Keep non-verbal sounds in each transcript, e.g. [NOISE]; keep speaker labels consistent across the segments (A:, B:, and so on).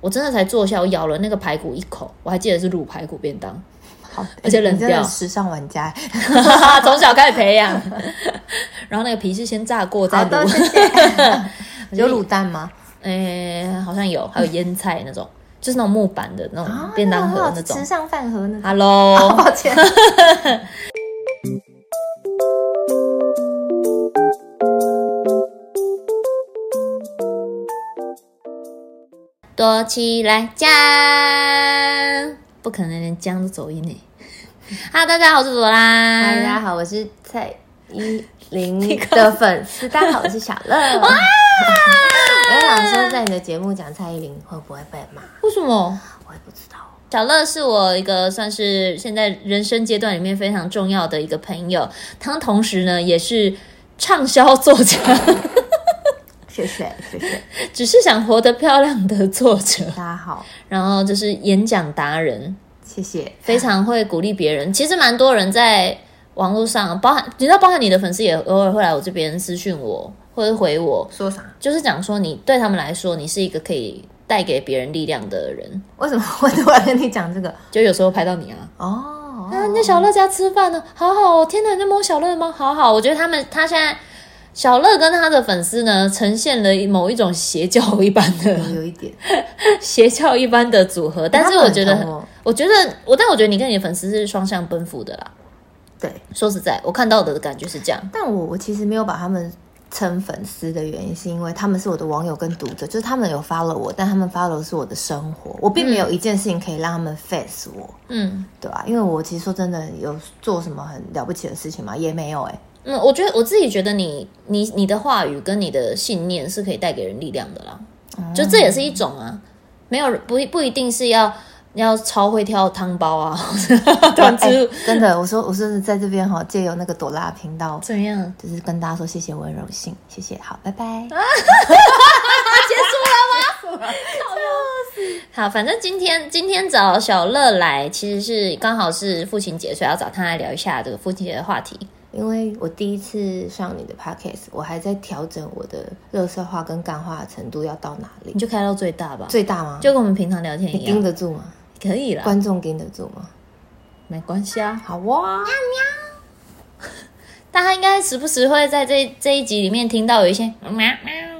A: 我真的才坐下，我咬了那个排骨一口，我还记得是卤排骨便当， [LAUGHS]
B: 好，
A: 而且冷
B: 你真的
A: 掉
B: 时尚玩 [LAUGHS] 家。
A: 从小开始培养。 [LAUGHS] 然后那个皮是先炸过再
B: 好的，
A: 卤，
B: 谢谢。 [LAUGHS] 有卤蛋吗？
A: [LAUGHS] 诶、好像有，还有腌菜那种，就是那种木板的那种
B: 啊
A: 便当盒那
B: 很好
A: 种
B: 吃。哦上饭盒那种。
A: Hello，
B: [LAUGHS] 抱歉。
A: 躲起来讲，不可能连讲都走音呢。Hello，大家好，我是朵拉。
B: 嗨，大家好，我是蔡依林的粉丝。大家好，我是小 [LAUGHS] 乐。哇！我就想说，在你的节目讲蔡依林会不会被骂？
A: 为什么？
B: 我也不知道。
A: 小乐是我一个算是现在人生阶段里面非常重要的一个朋友，他同时呢也是畅销作家，
B: 谢谢，谢谢。
A: 只是想活得漂亮的作者，
B: 大家好，
A: 然后就是演讲达人，
B: 谢谢。
A: 非常会鼓励别人。其实蛮多人在网络上，包含你知道，包含你的粉丝也偶尔会来我这边私讯我，或者回我，
B: 说啥？
A: 就是讲说你对他们来说，你是一个可以带给别人力量的人。
B: 为什么我突然跟你讲这个？
A: 就有时候拍到你啊，
B: 哦，
A: 啊，你在小乐家吃饭呢，好好哦，天哪，你在摸小乐吗？好好，我觉得他们他现在小乐跟他的粉丝呢，呈现了某一种邪教一般的
B: [LAUGHS] 有一点。
A: 邪教一般的组合，但是我觉得
B: 哎他们很哦
A: 很，
B: 疼我
A: 我觉得我，但我觉得你跟你的粉丝是双向奔赴的啦。
B: 对，
A: 说实在，我看到的感觉是这样，
B: 但我我其实没有把他们称粉丝的原因，是因为他们是我的网友跟读者，就是他们有 follow 我，但他们 follow 的是我的生活，我并没有一件事情可以让他们 face 我，
A: 嗯
B: 对吧、因为我其实说真的，有做什么很了不起的事情吗？也没有哎、
A: 嗯，我觉得我自己觉得你你你的话语跟你的信念是可以带给人力量的啦，
B: 哦
A: 就这也是一种啊，没有不不一定是要要超会跳汤包
B: [LAUGHS]
A: 啊，短
B: 哎
A: [LAUGHS] 之
B: 真的，我说我说是在这边哈、借由那个朵拉的频道，
A: 怎样？
B: 就是跟大家说谢谢温柔性，谢谢，好，拜拜。
A: 好，反正今天今天找小乐来，其实是刚好是父亲节，所以要找他来聊一下这个父亲节的话题。
B: 因为我第一次上你的 podcast，我还在调整我的乐色化跟干化的程度要到哪里
A: 你，就开到最大吧，
B: 最大吗？
A: 就跟我们平常聊天一
B: 你盯
A: 样，
B: 得住吗？
A: 可以啦，
B: 观众盯得住吗？
A: 没关系啊。
B: 好哇、
A: 大家应该时不时会在这这一集里面听到有一些喵喵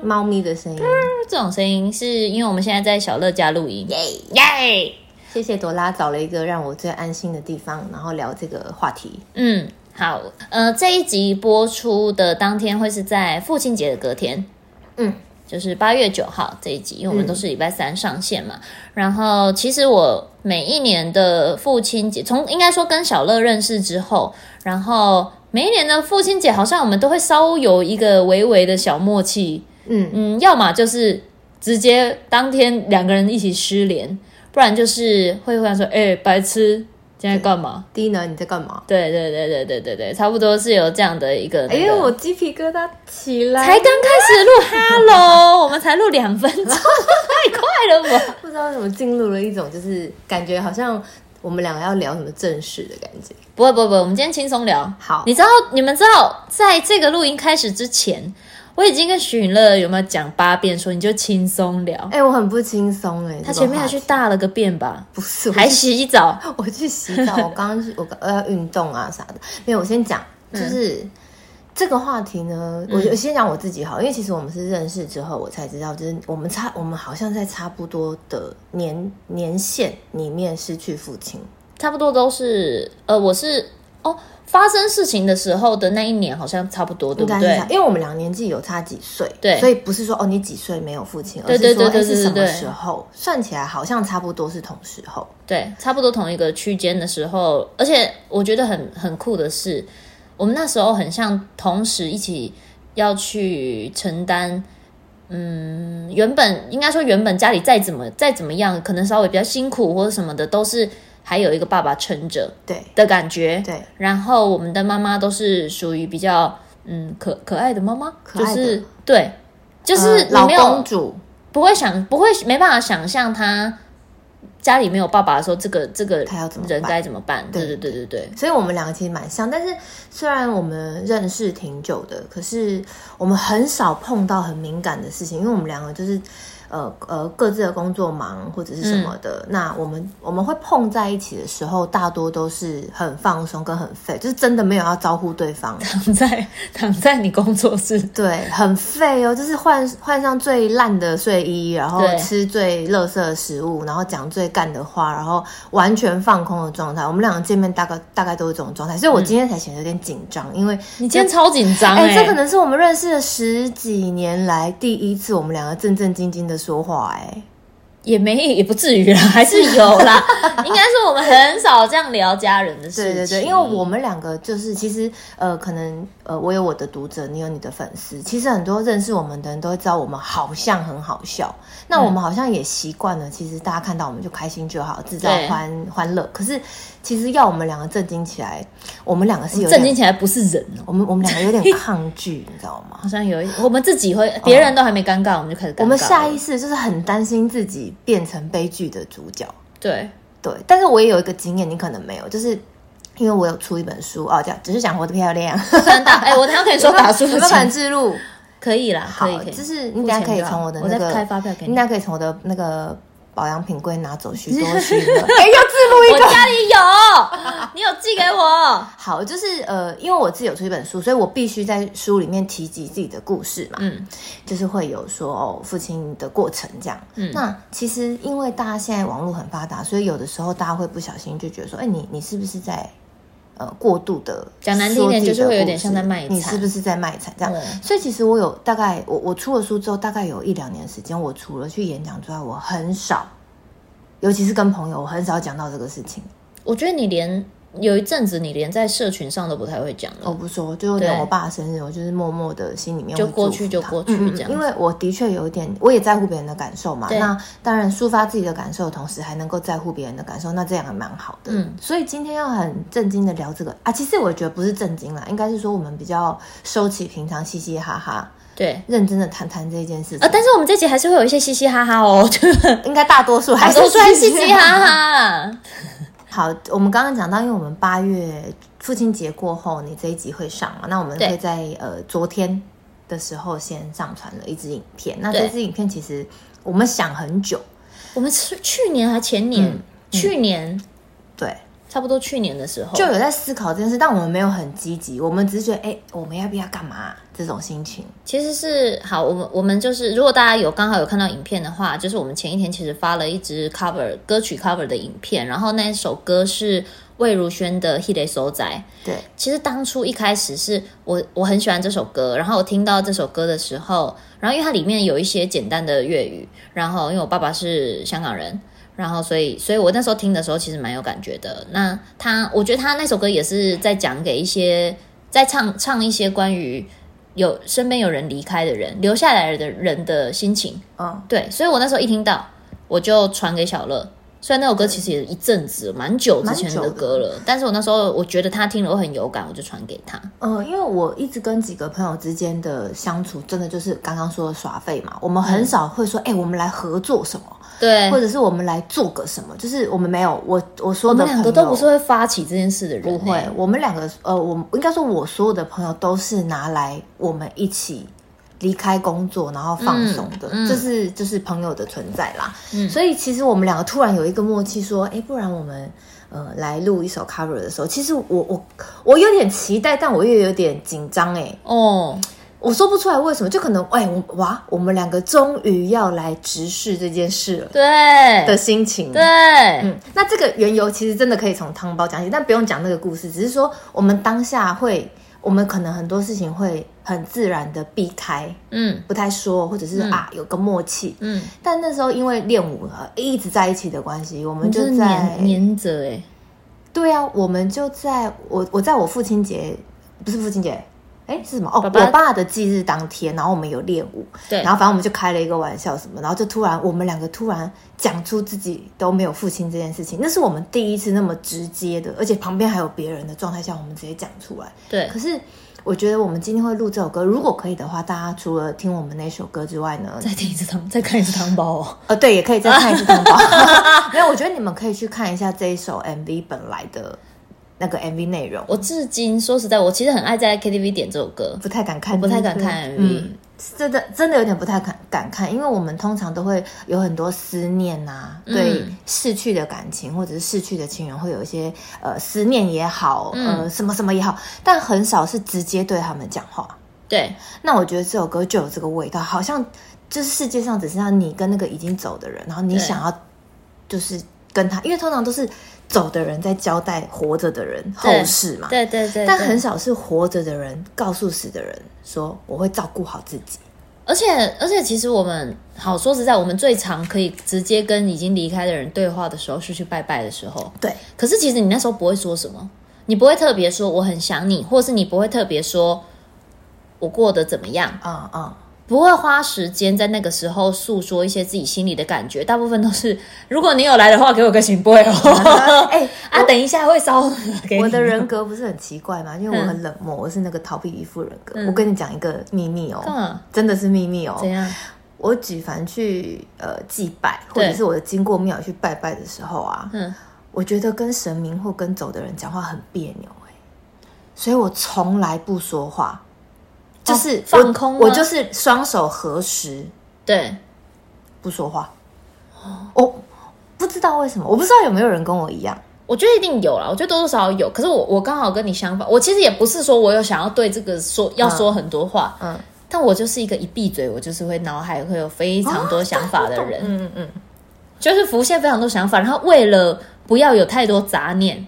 B: 猫咪的声音，
A: 这种声音，是因为我们现在在小乐家录音。
B: 耶、
A: 耶！
B: 谢谢朵拉找了一个让我最安心的地方，然后聊这个话题。
A: 嗯，好，呃，这一集播出的当天会是在父亲节的隔天，
B: 嗯，
A: 就是八月九号这一集，因为我们都是礼拜三上线嘛。然后其实我每一年的父亲节，从应该说跟小乐认识之后，然后每一年的父亲节，好像我们都会稍有一个微微的小默契，
B: 嗯，
A: 嗯，要么就是直接当天两个人一起失联，不然就是会忽然说，哎、白痴，今天干嘛？
B: 第一呢，你在干嘛？
A: 对对对对对对对，差不多是有这样的一个、
B: 哎
A: 那
B: 呦，
A: 个
B: 我鸡皮疙瘩起来，
A: 才刚开始录 Hello，我们 [LAUGHS] 才录两分钟， [LAUGHS] 太快了吧？
B: 不知道为什么进入了一种就是感觉好像我们两个要聊什么正事的感觉。
A: 不会不会不会，我们今天轻松聊。
B: 好
A: 你知道你们知道，在这个录音开始之前，我已经跟许允乐有没有讲八遍说你就轻松聊？
B: 哎、我很不轻松哎，
A: 他
B: 这个
A: 前面还
B: 话题
A: 去大了个便吧，
B: 不是我
A: 还洗澡。
B: [LAUGHS] 我去洗
A: [LAUGHS]
B: 澡，我刚刚去，我刚呃要运动啊啥的。没有，我先讲，
A: 嗯
B: 就是、这个话题呢，我就先讲我自己好了，因为其实我们是认识之后，我才知道，就是我们差，我们好像在差不多的年年限里面失去父亲。
A: 差不多都是，呃，我是哦，发生事情的时候的那一年好像差不多，对
B: 应
A: 不
B: 该是
A: 对
B: 差，？因为我们俩年纪有差几岁，
A: 对
B: 所以不是说哦你几岁没有父亲，而
A: 对对
B: 是说
A: 对对
B: 哎是
A: 对
B: 什么
A: 对
B: 时候，算起来好像差不多是同时候。
A: 对，差不多同一个区间的时候，而且我觉得很很酷的是，我们那时候很像同时一起要去承担。嗯，原本应该说原本家里再怎么再怎么样，可能稍微比较辛苦或者什么的，都是还有一个爸爸撑着
B: 对
A: 的感觉。
B: 对，
A: 然后我们的妈妈都是属于比较嗯可可爱的妈妈，
B: 可
A: 就
B: 爱的
A: 是对，就是
B: 呃
A: 你
B: 老
A: 没有、
B: 公主，
A: 不会想，不会没办法想象他家里没有爸爸的时候，这个这个
B: 他要怎么办
A: 人该怎么办？对对对对对，
B: 所以我们两个其实蛮像，但是虽然我们认识挺久的，可是我们很少碰到很敏感的事情，因为我们两个就是呃呃各自的工作忙或者是什么的，那我们我们会碰在一起的时候，大多都是很放松跟很废，就是真的没有要招呼对方，
A: 躺在 [LAUGHS] 躺在你工作室，
B: 对，很废哦，就是换换上最烂的睡衣，然后
A: 对
B: 吃最垃圾的食物，然后讲最干的话，然后完全放空的状态。我们两个见面大概大概都是这种状态，所以我今天才显得有点紧张，因为
A: 你今天超紧张
B: 哎、
A: 哎，
B: 这可能是我们认识了十几年来第一次我们两个正正经经的说话、哎，
A: 也没也不至
B: [LAUGHS]
A: 于啦，还是有啦，应该是我们很少这样聊家人的事
B: 对
A: 情，
B: 对对，因为我们两个就是其实呃，可能呃，我有我的读者，你有你的粉丝，其实很多认识我们的人都会知道我们好像很好笑，那我
A: 嗯
B: 们好像也习惯了，其实大家看到我们就开心就好，制造
A: 对
B: 欢欢乐。可是其实要我们两个震惊起来，我们两个是有
A: 震惊
B: 点，
A: 起来不是人哦、
B: 我们我们两个有
A: [LAUGHS]
B: 点抗拒，你知道吗？
A: 好像有一我们自己会，别人都还没尴尬，我们就开始尴尬了。
B: 哦我们下意识就是很担心自己变成悲剧的主角。
A: 对
B: 对，但是我也有一个经验，你可能没有，就是因为我有出一本书哦，讲只是讲活得漂亮，
A: 三大哎、我等一下
B: [LAUGHS]
A: 可以说打书
B: 有没
A: 的
B: 有可能
A: 钱，
B: 置入？
A: 可以啦，可以
B: 好，
A: 可以，
B: 就是你等下可以从啊我的
A: 我
B: 那
A: 再
B: 个，
A: 开发票给你
B: 你等下可以从我的那个保养品柜拿走许多许多，哎，又置入一
A: 我
B: 个。
A: 家里有， [LAUGHS] 你有寄给我，
B: [LAUGHS] 好，就是呃，因为我自己有出一本书，所以我必须在书里面提及自己的故事嘛。
A: 嗯，
B: 就是会有说哦，父亲的过程这样。嗯，那其实因为大家现在网络很发达，所以有的时候大家会不小心就觉得说，哎、你你是不是在呃过度的
A: 讲难听一点就是会有点像在卖惨
B: 你是不是在卖惨这样？
A: 嗯
B: 所以其实我有大概我我出了书之后，大概有一两年时间，我除了去演讲之外，我很少，尤其是跟朋友，我很少讲到这个事情。
A: 我觉得你连有一阵子你连在社群上都不太会讲
B: 我
A: 了，
B: 哦不说，就连
A: 对
B: 我爸生日，我就是默默的心里面
A: 就
B: 会
A: 过
B: 祝
A: 去
B: 福
A: 就
B: 他
A: 过去
B: 嗯嗯
A: 这样
B: 因为我的确有一点，我也在乎别人的感受嘛。
A: 对
B: 那当然，抒发自己的感受的同时，还能够在乎别人的感受，那这样还蛮好的。
A: 嗯，
B: 所以今天要很震惊的聊这个啊，其实我觉得不是震惊啦，应该是说我们比较收起平常，嘻嘻哈哈，
A: 对
B: 认真的谈谈这件事情。
A: 啊，但是我们这集还是会有一些嘻嘻哈哈 [LAUGHS] 哦，就是
B: 应该大多数还是
A: 都是嘻
B: 嘻
A: 嘻哈哈啦。
B: 好，我们刚刚讲到，因为我们八月父亲节过后，你这一集会上嘛？那我们
A: 对
B: 会在呃昨天的时候先上传了一支影片。那
A: 对
B: 这支影片其实我们想很久，
A: 我们是去年还前年，去年
B: 对，
A: 差不多去年的时候，
B: 就有在思考这件事，但我们没有很积极，我们只是觉得，哎、我们要不要干嘛、这种心情。
A: 其实是好，我们我们就是，如果大家有刚好有看到影片的话，就是我们前一天其实发了一支 cover 歌曲 cover 的影片，然后那一首歌是魏如萱的《He Day So 仔》。
B: 对，
A: 其实当初一开始是我我很喜欢这首歌，然后我听到这首歌的时候，然后因为它里面有一些简单的粤语，然后因为我爸爸是香港人，然后所以所以我那时候听的时候其实蛮有感觉的。那他我觉得他那首歌也是在讲给一些在唱唱一些关于有身边有人离开的人留下来的人的心情，
B: 嗯，
A: 对，所以我那时候一听到，我就传给小乐。虽然那首歌其实也一阵子蛮久之前的歌了，但是我那时候我觉得他听了我很有感，我就传给他。
B: 呃，因为我一直跟几个朋友之间的相处，真的就是刚刚说的耍废嘛，我们
A: 嗯
B: 很少会说，哎、我们来合作什么。
A: 对，
B: 或者是我们来做个什么，就是我们没有我我说
A: 我
B: 的
A: 们
B: 朋友
A: 两个都不是会发起这件事的人、欸
B: 不会，我们两个呃，我应该说我所有的朋友都是拿来我们一起离开工作然后放松的，
A: 嗯嗯嗯
B: 这是就是朋友的存在啦。所以其实我们两个突然有一个默契，说，哎，不然我们。呃，来录一首 cover 的时候，其实我我我有点期待，但我又有点紧张哎、
A: 哦，
B: 我说不出来为什么，就可能哎、我哇，我们两个终于要来直视这件事了
A: 对
B: 的心情。
A: 对，
B: 嗯，那这个缘由其实真的可以从汤包讲起，但不用讲那个故事，只是说我们当下会，我们可能很多事情会很自然的避开，
A: 嗯
B: 不太说，或者是、啊有个默契。
A: 嗯，
B: 但那时候因为练舞呃一直在一起的关系，我
A: 我
B: 们
A: 就
B: 就是在
A: 黏黏着哎，
B: 对啊，我们就在我我在我父亲节不是父亲节。哎，是什么？哦，
A: 爸爸
B: 我爸的忌日当天，然后我们有练舞，
A: 对
B: 然后反正我们就开了一个玩笑什么，然后就突然我们两个突然讲出自己都没有父亲这件事情，那是我们第一次那么直接的，而且旁边还有别人的状态下，我们直接讲出来。
A: 对
B: 可是我觉得我们今天会录这首歌，如果可以的话，大家除了听我们那首歌之外呢，
A: 再听一次汤，再 [LAUGHS] 看一次汤包哦。
B: 呃，对，也可以再看一次 [LAUGHS] 通告。没有，我觉得你们可以去看一下这一首 MV 本来的那个 MV 内容，
A: 我至今说实在，我其实很爱在 KTV 点这首歌，
B: 不太敢看，
A: 不太敢看 MV，、
B: 嗯真的真的有点不太敢敢看，因为我们通常都会有很多思念呐、对逝去的感情或者是逝去的亲人会有一些呃思念也好，呃什么什么也好，但很少是直接对他们讲话。
A: 对，
B: 那我觉得这首歌就有这个味道，好像就是世界上只剩下你跟那个已经走的人，然后你
A: 对
B: 想要就是跟他，因为通常都是走的人在交代活着的人后
A: 对
B: 事嘛，
A: 对对对，
B: 但
A: 对
B: 很少是活着的人告诉死的人说我会照顾好自己。
A: 而且而且，其实我们好说实在，我们最常可以直接跟已经离开的人对话的时候是去拜拜的时候。
B: 对，
A: 可是其实你那时候不会说什么，你不会特别说我很想你，或是你不会特别说我过得怎么样，
B: 啊、嗯、啊、
A: 不会花时间在那个时候诉说一些自己心里的感觉。大部分都是，如果你有来的话，给我个醒杯 [LAUGHS] 哦。
B: [LAUGHS] 哎
A: 啊，等一下会烧给你嗯
B: 我的人格不是很奇怪嘛，因为我很冷漠，我是那个逃避依附人格。我跟你讲一个秘密
A: 干
B: 哦，
A: 嘛？
B: 真的是秘密哦。
A: 怎样？
B: 我举凡去呃祭拜，或
A: 对
B: 者是我经过庙宇去拜拜的时候啊，
A: 嗯，
B: 我觉得跟神明或跟走的人讲话很别扭哎、所以我从来不说话，就是、
A: 哦放空吗
B: 我，我就是双手合十
A: 对，
B: 不说话。
A: 哦
B: 我不知道为什么，我不知道有没有人跟我一样。
A: 我觉得一定有啦，我觉得多多少少有。可是我我刚好跟你相反，我其实也不是说我有想要对这个说要说很多话，
B: 嗯
A: 但我就是一个一闭嘴我就是会脑海会有非常多想法的人，
B: 嗯嗯嗯，
A: 就是浮现非常多想法，然后为了不要有太多杂念，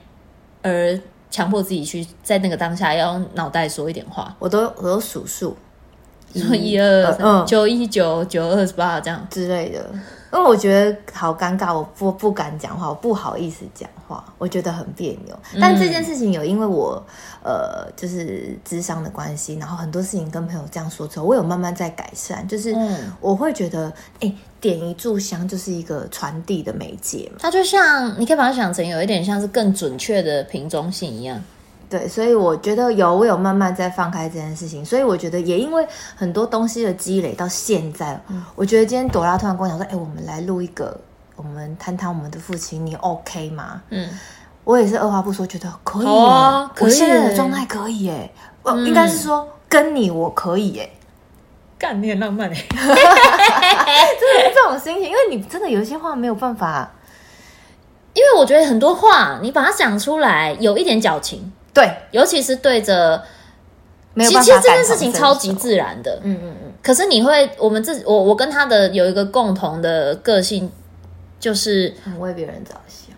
A: 而强迫自己去在那个当下要用脑袋说一点话，
B: 我都我都数数
A: 说一二
B: 嗯
A: 三九一九九二十八这样。
B: 之类的，因为我觉得好尴尬，我不不敢讲话，我不好意思讲话，我觉得很别扭。但这件事情有因为我呃就是智商的关系，然后很多事情跟朋友这样说之后，我有慢慢在改善，就是
A: 嗯
B: 我会觉得，哎、点一炷香就是一个传递的媒介嘛，
A: 它就像你可以把它想成有一点像是更准确的瓶中信一样，
B: 对，所以我觉得有我有慢慢在放开这件事情，所以我觉得也因为很多东西的积累到现在，
A: 嗯
B: 我觉得今天朵拉突然跟我讲说，哎、我们来录一个，我们谈谈我们的父亲，你 OK 吗？
A: 嗯，
B: 我也是二话不说，觉得可以耶、
A: 好啊可以
B: 我现在
A: 耶嗯
B: 的状态可以耶、哦、应该是说跟你我可以耶、 [LAUGHS]
A: 干你很浪漫哎、
B: 真的是这种心情，因为你真的有一些话没有办法，
A: 因为我觉得很多话你把它讲出来，有一点矫情，
B: 对，
A: 尤其是对着，
B: 没有
A: 其
B: 办
A: 实
B: 法
A: 其实这
B: 感
A: 件
B: 同
A: 事情
B: 身
A: 超级
B: 受
A: 自然的，
B: 嗯嗯嗯，
A: 可是你会，我们自我我跟他的有一个共同的个性，就是
B: 很嗯为别人着想，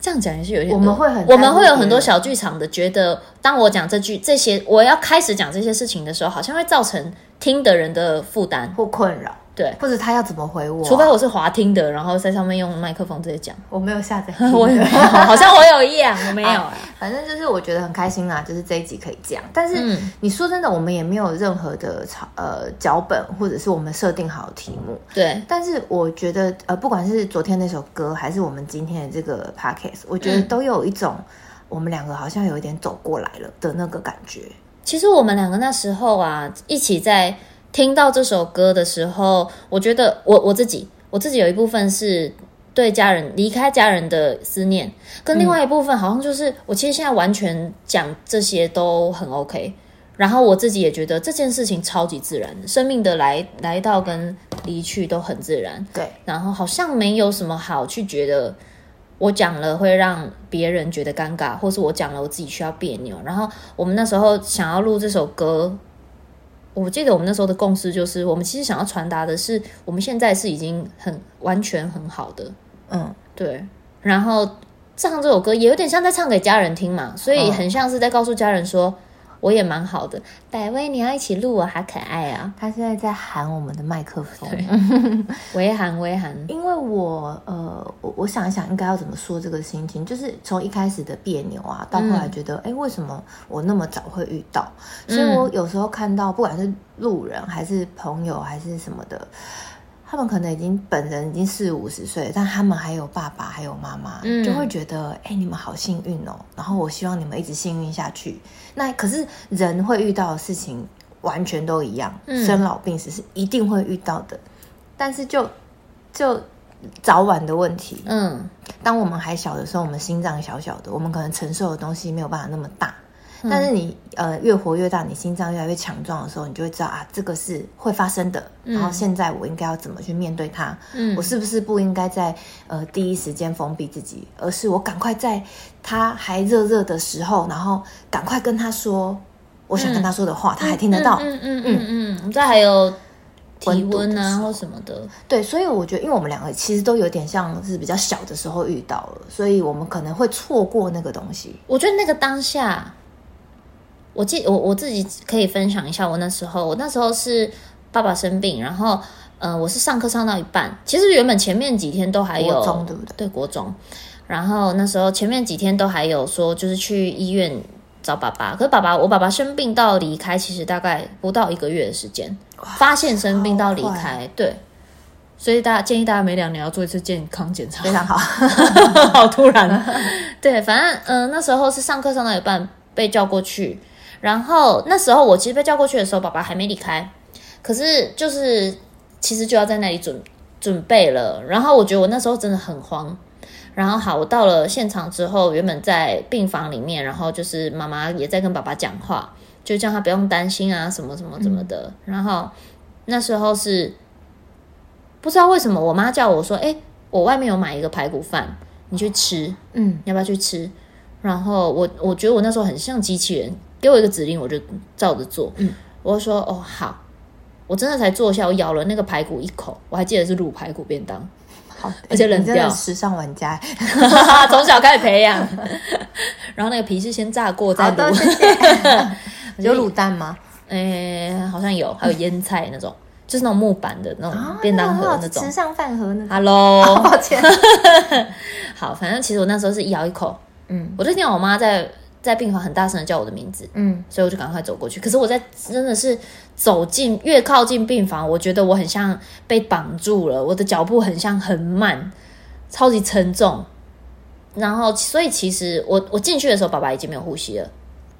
A: 这样讲也是有一点
B: 我
A: 多，
B: 们会很
A: 我们会有
B: 在乎别人
A: 很多小剧场的，觉得当我讲这句这些，我要开始讲这些事情的时候，好像会造成听的人的负担，
B: 或困扰，
A: 对，
B: 或者他要怎么回我啊、
A: 除非我是滑听的，然后在上面用麦克风直接
B: [LAUGHS]
A: 讲，，
B: 我没有下载
A: [LAUGHS] 我也没有，好像我有一样，我没有、啊，
B: 反正就是我觉得很开心啦，就是这一集可以这样。但是
A: 嗯
B: 你说真的，我们也没有任何的草呃脚本，或者是我们设定好的题目。
A: 对，
B: 但是我觉得，呃，不管是昨天那首歌，还是我们今天的这个 podcast，我觉得
A: 嗯
B: 都有一种、我们两个好像有一点走过来了的那个感觉。
A: 其实我们两个那时候啊，一起在听到这首歌的时候，我觉得我我自己我自己有一部分是对家人离开家人的思念，跟另外一部分好像就是、我其实现在完全讲这些都很 OK。然后我自己也觉得这件事情超级自然，生命的来来到跟离去都很自然，
B: 对，
A: 然后好像没有什么好去觉得我讲了会让别人觉得尴尬，或是我讲了我自己需要别扭。然后我们那时候想要录这首歌，我记得我们那时候的共识就是，我们其实想要传达的是，我们现在是已经很完全很好的，
B: 嗯，
A: 对。然后唱这首歌也有点像在唱给家人听嘛，所以
B: 嗯
A: 很像是在告诉家人说。我也蛮好的，百威，你要一起录我，好可爱啊！
B: 他现在在喊我们的麦克风。
A: 微寒，微寒，
B: 因为我呃，我我想一想应该要怎么说这个心情，就是从一开始的别扭啊，到后来觉
A: 嗯
B: 得，哎、为什么我那么早会遇到？所以我有时候看到，不管是路人还是朋友还是什么的，他们可能已经本人已经四五十岁了，但他们还有爸爸还有妈妈，
A: 嗯
B: 就会觉得，哎、你们好幸运哦。然后我希望你们一直幸运下去。那可是人会遇到的事情完全都一样，
A: 嗯
B: 生老病死是一定会遇到的，但是就就早晚的问题。
A: 嗯，
B: 当我们还小的时候，我们心脏小小的，我们可能承受的东西没有办法那么大。
A: 嗯
B: 但是你呃越活越大，你心脏越来越强壮的时候，你就会知道啊，这个是会发生的。然后现在我应该要怎么去面对它？
A: 嗯
B: 我是不是不应该在呃第一时间封闭自己，而是我赶快在它还热热的时候，然后赶快跟他说我想跟他说的话，他还听得到。
A: 嗯嗯嗯嗯嗯，再还有体温
B: 温度的时
A: 啊
B: 候
A: 或什么的，
B: 对，所以我觉得，因为我们两个其实都有点像是比较小的时候遇到了，所以我们可能会错过那个东西。
A: 我觉得那个当下，我记我我自己可以分享一下，我那时候我那时候是爸爸生病，然后呃我是上课上到一半，其实原本前面几天都还有
B: 国中对不对
A: 国中，然后那时候前面几天都还有说就是去医院找爸爸，可是爸爸我爸爸生病到离开，其实大概不到一个月的时间，发现生病到离
B: 好
A: 开，对。所以大家建议大家每两年要做一次健康检查，[LAUGHS]
B: 非常好，
A: 好突然。 [LAUGHS] 对，反正嗯、呃那时候是上课上到一半被叫过去，然后那时候我其实被叫过去的时候，爸爸还没离开，可是就是其实就要在那里准准备了。然后我觉得我那时候真的很慌。然后好，我到了现场之后，原本在病房里面，然后就是妈妈也在跟爸爸讲话，就叫他不用担心啊，什么什么什么的。然后那时候是不知道为什么，我妈叫我说：“哎、我外面有买一个排骨饭，你去吃，你
B: 嗯，
A: 要不要去吃？”然后我我觉得我那时候很像机器人，给我一个指令我就照着做。
B: 嗯，
A: 我就说：“哦，好。”我真的才坐下，我咬了那个排骨一口，我还记得是卤排骨便
B: [LAUGHS]
A: 当，
B: 好，
A: 而且冷
B: 你真的
A: 掉
B: 时尚玩家，
A: 从小开始培养。 [LAUGHS] 然后那个皮是先炸过再
B: 好的，
A: 卤，
B: 谢谢。 [LAUGHS] 有卤蛋吗？
A: 诶、哎好像有，还有腌菜那种，就是那种木板的那种
B: 啊
A: 便当
B: 那个很
A: 盒
B: 好
A: 那种
B: 吃。上饭盒那种。 [LAUGHS]
A: Hello，
B: 抱
A: [LAUGHS]
B: 歉，
A: 好，反正其实我那时候是一咬一口，
B: 嗯
A: 我就听到我妈在在病房很大声的叫我的名字，
B: 嗯，
A: 所以我就赶快走过去。可是我在真的是走进越靠近病房，我觉得我很像被绑住了，我的脚步很像很慢，超级沉重。然后，所以其实我我进去的时候，爸爸已经没有呼吸了，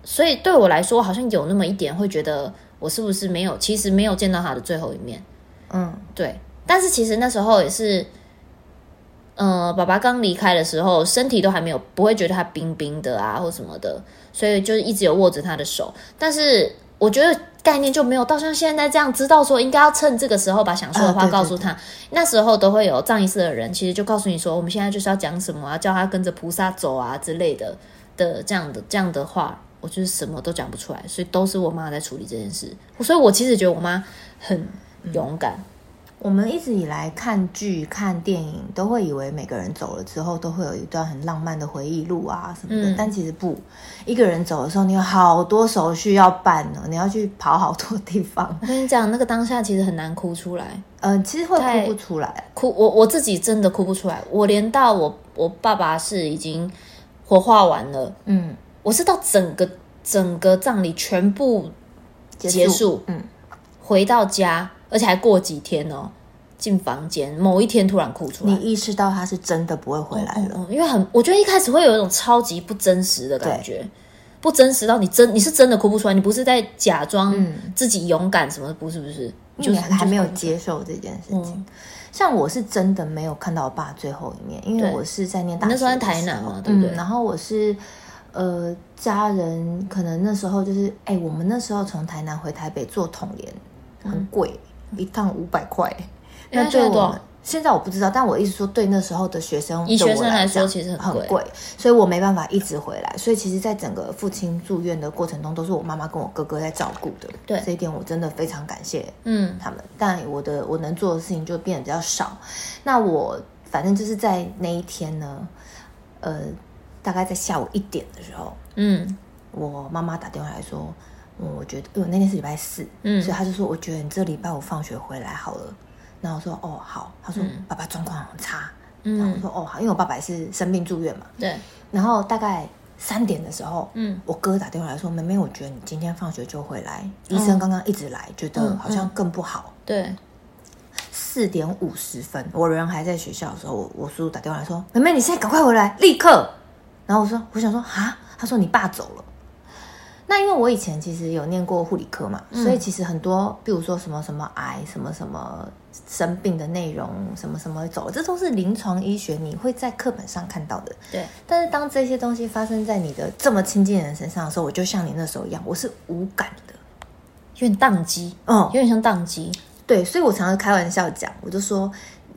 A: 所以对我来说，好像有那么一点会觉得我是不是没有，其实没有见到他的最后一面。
B: 嗯，
A: 对，但是其实那时候也是，呃，爸爸刚离开的时候，身体都还没有不会觉得他冰冰的啊或什么的，所以就是一直有握着他的手。但是我觉得概念就没有到像现在这样知道说应该要趁这个时候把想说的
B: 啊
A: 话
B: 对对
A: 告诉他。那时候都会有藏一寺的人，其实就告诉你说我们现在就是要讲什么啊，叫他跟着菩萨走啊之类的的这样的这样的话。我就是什么都讲不出来，所以都是我妈在处理这件事。所以我其实觉得我妈很
B: 嗯
A: 勇敢，
B: 我们一直以来看剧、看电影，都会以为每个人走了之后都会有一段很浪漫的回忆录啊什么的，
A: 嗯
B: 但其实不，一个人走的时候，你有好多手续要办呢，你要去跑好多地方， [LAUGHS]
A: 我跟你讲，那个当下其实很难哭出来，
B: 呃，其实会
A: 太
B: 哭不出来，
A: 哭我我自己真的哭不出来。我连到我我爸爸是已经火化完了，
B: 嗯，
A: 我是到整个整个葬礼全部结束
B: 嗯，
A: 回到家，而且还过几天哦，进房间某一天突然哭出来
B: 你。意识到他是真的不会回来了，
A: 嗯，因为很，我觉得一开始会有一种超级不真实的感觉，不真实到你真你是真的哭不出来，你不是在假装
B: 嗯
A: 自己勇敢什么，不是不是，
B: 就
A: 就是是
B: 还没有
A: 就是
B: 接受这件事情。
A: 嗯
B: 像我是真的没有看到我爸最后一面，因为
A: 对
B: 我是在念大
A: 你那时
B: 学的时
A: 候
B: 候，
A: 在台南嘛对不对
B: 嗯、然后我是呃家人，可能那时候就是哎、我们那时候从台南回台北坐统联很贵，一趟五百块。
A: 嗯那
B: 那
A: 现
B: 对
A: 在多
B: 我
A: 少
B: 们现在我不知道，但我一直说对那时候的学生，
A: 以
B: 对我
A: 学生来说
B: 讲
A: 其实很
B: 很
A: 贵
B: 贵，所以我没办法一直回来。所以其实，在整个父亲住院的过程中，都是我妈妈跟我哥哥在照顾的。
A: 对
B: 这一点我真的非常感谢
A: 嗯
B: 他们，但我的我能做的事情就变得比较少。那我反正就是在那一天呢，呃，大概在下午一点的时候，
A: 嗯
B: 我妈妈打电话来说，嗯我觉得因为我那天是礼拜四，
A: 嗯
B: 所以她就说，我觉得你这礼拜五放学回来好了。然后我说，哦，好。她说，
A: 嗯
B: 爸爸状况很差。然后我
A: 嗯，
B: 说，哦，好，因为我爸爸也是生病住院嘛。
A: 对，
B: 然后大概三点的时候，
A: 嗯
B: 我哥打电话来说，妹妹，我觉得你今天放学就回来，医生刚刚一直来，觉得
A: 嗯
B: 好像
A: 嗯
B: 更不好。
A: 对，
B: 四点五十分，我人还在学校的时候，我我叔叔打电话来说：“妹妹，你现在赶快回来，立刻！”然后我说：“我想说啊。”他说：“你爸走了。”那因为我以前其实有念过护理科嘛，所以其实很多，比如说什么什么癌、什么什么生病的内容、什么什么走，这都是临床医学你会在课本上看到的。
A: 对，
B: 但是当这些东西发生在你的这么亲近的人身上的时候，我就像你那时候一样，我是无感的。
A: 有点宕机，
B: 哦
A: 有，点像宕机。
B: 对，所以我常常开玩笑讲，我就说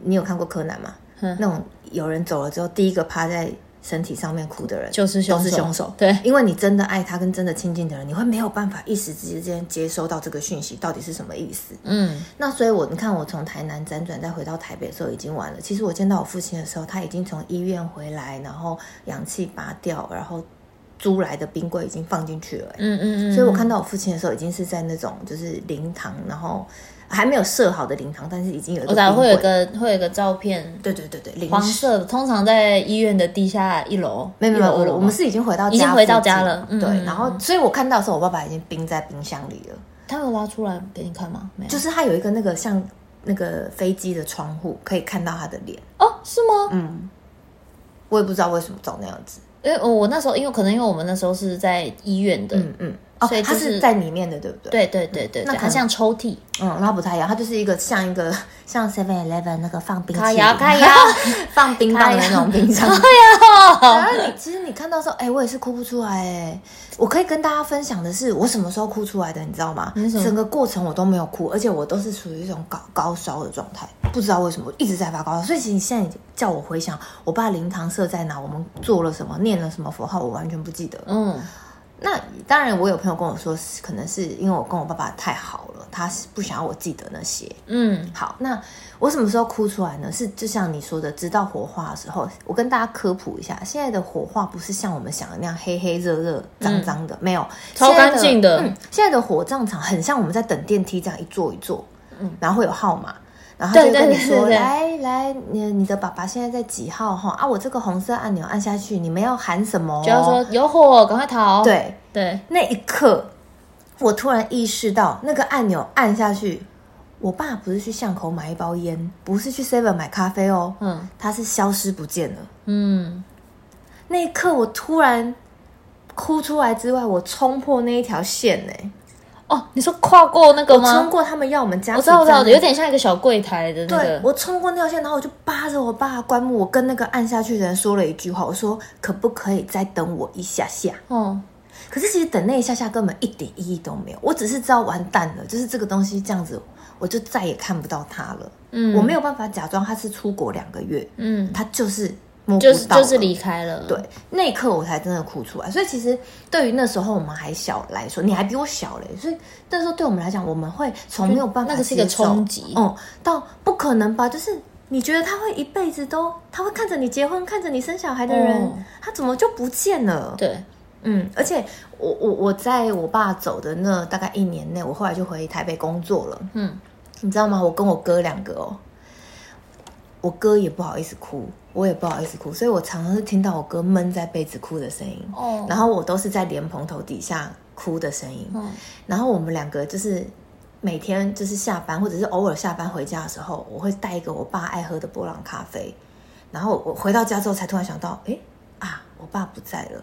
B: 你有看过柯南吗？
A: 嗯
B: 那种有人走了之后，第一个趴在身体上面哭的人，
A: 就是凶手
B: 都是凶手。
A: 对
B: 因为你真的爱他跟真的亲近的人，你会没有办法一时之间接收到这个讯息到底是什么意思。
A: 嗯，
B: 那所以我，你看我从台南辗转再回到台北的时候已经晚了。其实我见到我父亲的时候，他已经从医院回来，然后氧气拔掉，然后租来的冰柜已经放进去了、欸
A: 嗯嗯嗯，
B: 所以我看到我父亲的时候，已经是在那种就是灵堂，然后还没有设好的灵堂，但是已经有一个
A: 我打
B: 冰
A: 会有
B: 柜。
A: 个会有个照片，
B: 对对对对，灵
A: 黄
B: 室
A: 色的，通常在医院的地下一楼，
B: 没有没
A: 一
B: 有，
A: 楼二楼
B: 我我们
A: 吗
B: 是已经回到家
A: 已经回到
B: 附近
A: 家了嗯
B: 对，
A: 嗯
B: 然后所以我看到的时候，我爸爸已经冰在冰箱里了，
A: 他有拉出来给你看吗？没有，
B: 就是他有一个那个像那个飞机的窗户，可以看到他的脸。
A: 哦，是吗？
B: 嗯，我也不知道为什么长那样子。
A: 因为我我那时候，因为可能因为我们那时候是在医院的，
B: 嗯嗯，哦，
A: 所以就
B: 他
A: 是
B: 是在里面的，对不对？，
A: 对对对对，
B: 那
A: 对
B: 可
A: 它
B: 能
A: 像抽屉，
B: 嗯，那不太一样，它就是一个像一个像 Seven Eleven 那个放冰淇
A: 卡
B: 淋、
A: 呀卡呀
B: [LAUGHS] 放冰棒的那种
A: [LAUGHS]
B: 冰
A: 哎
B: 箱。然
A: 哦，
B: 后你其实你看到说，哎、我也是哭不出来哎。我可以跟大家分享的是，我什么时候哭出来的，你知道吗？
A: 你是嗯什么
B: 整个过程我都没有哭，而且我都是处于一种高高烧的状态，不知道为什么一直在发高烧。所以其实你现在叫我回想，我爸灵堂设在哪，我们做了什么，念了什么佛号，我完全不记得。
A: 嗯，
B: 那当然，我有朋友跟我说，可能是因为我跟我爸爸太好了，他是不想要我记得那些。
A: 嗯，
B: 好，那我什么时候哭出来呢？是就像你说的，知道火化的时候，我跟大家科普一下，现在的火化不是像我们想的那样黑黑热热、脏脏的，没有，
A: 嗯超
B: 现在
A: 干净的
B: 嗯，现在的火葬场很像我们在等电梯这样一座一座，
A: 嗯
B: 嗯，然后会有号码。然后他就会
A: 对对
B: 跟你
A: 对
B: 说：“
A: 对对
B: 来来，你你的爸爸现在在几号哈？啊，我这个红色按钮按下去，你们要喊什么哦？”
A: 就要说有火，赶快逃，
B: 对，
A: 对，
B: 那一刻，我突然意识到，那个按钮按下去，我爸不是去巷口买一包烟，不是去 Seven 买咖啡哦，
A: 嗯
B: 他是消失不见了。
A: 嗯，
B: 那一刻，我突然哭出来之外，我冲破那一条线呢、欸
A: 哦，你说跨过那个
B: 我冲
A: 吗？
B: 过他们要我们家，
A: 我知道，我知道，有。点像一个小柜台的那
B: 对，
A: 个，
B: 我冲过那条线，然后我就扒着我爸的棺木，我跟那个按下去的人说了一句话，我说可不可以再等我一下下？
A: 哦，
B: 可是其实等那一下下根本一点意义都没有，我只是知道完蛋了，就是这个东西这样子，我就再也看不到它了。
A: 嗯，
B: 我没有办法假装他是出国两个月，
A: 嗯，
B: 他就是摸不
A: 就
B: 到了
A: 是就是离开了，
B: 对，那一刻我才真的哭出来。所以其实对于那时候我们还小来说，你还比我小嘞，所以那时候对我们来讲，我们会从没有办法
A: 那个是一个
B: 接受
A: 冲击
B: 嗯，到不可能吧，就是。你觉得他会一辈子都，他会看着你结婚，看着你生小孩的人，
A: 哦
B: 他怎么就不见了？
A: 对，
B: 嗯，而且我我我在我爸走的那大概一年内，我后来就回台北工作了，
A: 嗯，
B: 你知道吗？我跟我哥两个哦，我哥也不好意思哭，我也不好意思哭，所以我常常是听到我哥闷在被子哭的声音，
A: 哦
B: 然后我都是在莲蓬头底下哭的声音，
A: 嗯
B: 然后我们两个就是每天就是下班或者是偶尔下班回家的时候，我会带一个我爸爱喝的波朗咖啡。然后我回到家之后才突然想到，诶啊，我爸不在了。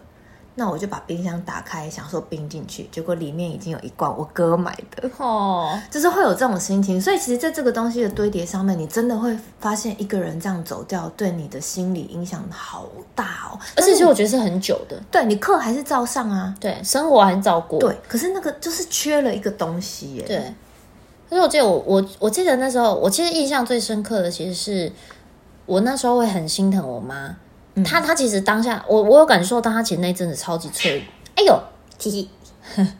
B: 那我就把冰箱打开，想说冰进去，结果里面已经有一罐我哥买的，
A: 哦，
B: 就是会 [LAUGHS] 有这种心情。所以其实，在这个东西的堆叠上面，你真的会发现一个人这样走掉，对你的心理影响好大哦。
A: 而且其实我
B: 就
A: 觉得是很久的，
B: 对你课还是照上啊，
A: 对，生活还照过，
B: 对，可是那个就是缺了一个东西耶。
A: 对。可是我记得我我我记得那时候，我其实印象最深刻的其实是我那时候会很心疼我妈，
B: 嗯
A: 她她其实当下我我有感受到她其实那一阵子超级脆弱，哎呦，
B: 嘻嘻，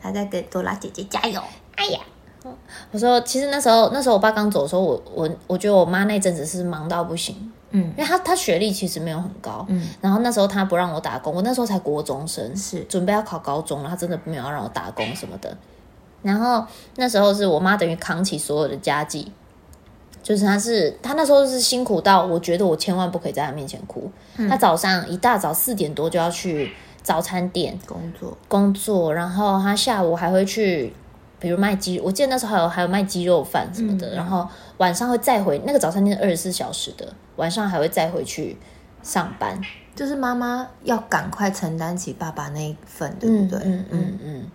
B: 他在给朵拉姐姐加油。
A: 哎呀。我说，其实那时候，那时候我爸刚走的时候，我我我觉得我妈那阵子是忙到不行，
B: 嗯
A: 因为她她学历其实没有很高，
B: 嗯，
A: 然后那时候她不让我打工，我那时候才国中生，
B: 是
A: 准备要考高中了，她真的没有要让我打工什么的。然后那时候是我妈等于扛起所有的家计，就是她是她那时候是辛苦到我觉得我千万不可以在她面前哭。
B: 嗯
A: 她早上一大早四点多就要去早餐店，
B: 工作，
A: 工作，然后他下午还会去，比如卖鸡，我记得那时候还有还有卖鸡肉饭什么的，然后晚上会再回那个早餐店二十四小时的，晚上还会再回去上班，
B: 就是妈妈要赶快承担起爸爸那一份，对不对？
A: 嗯嗯嗯嗯嗯，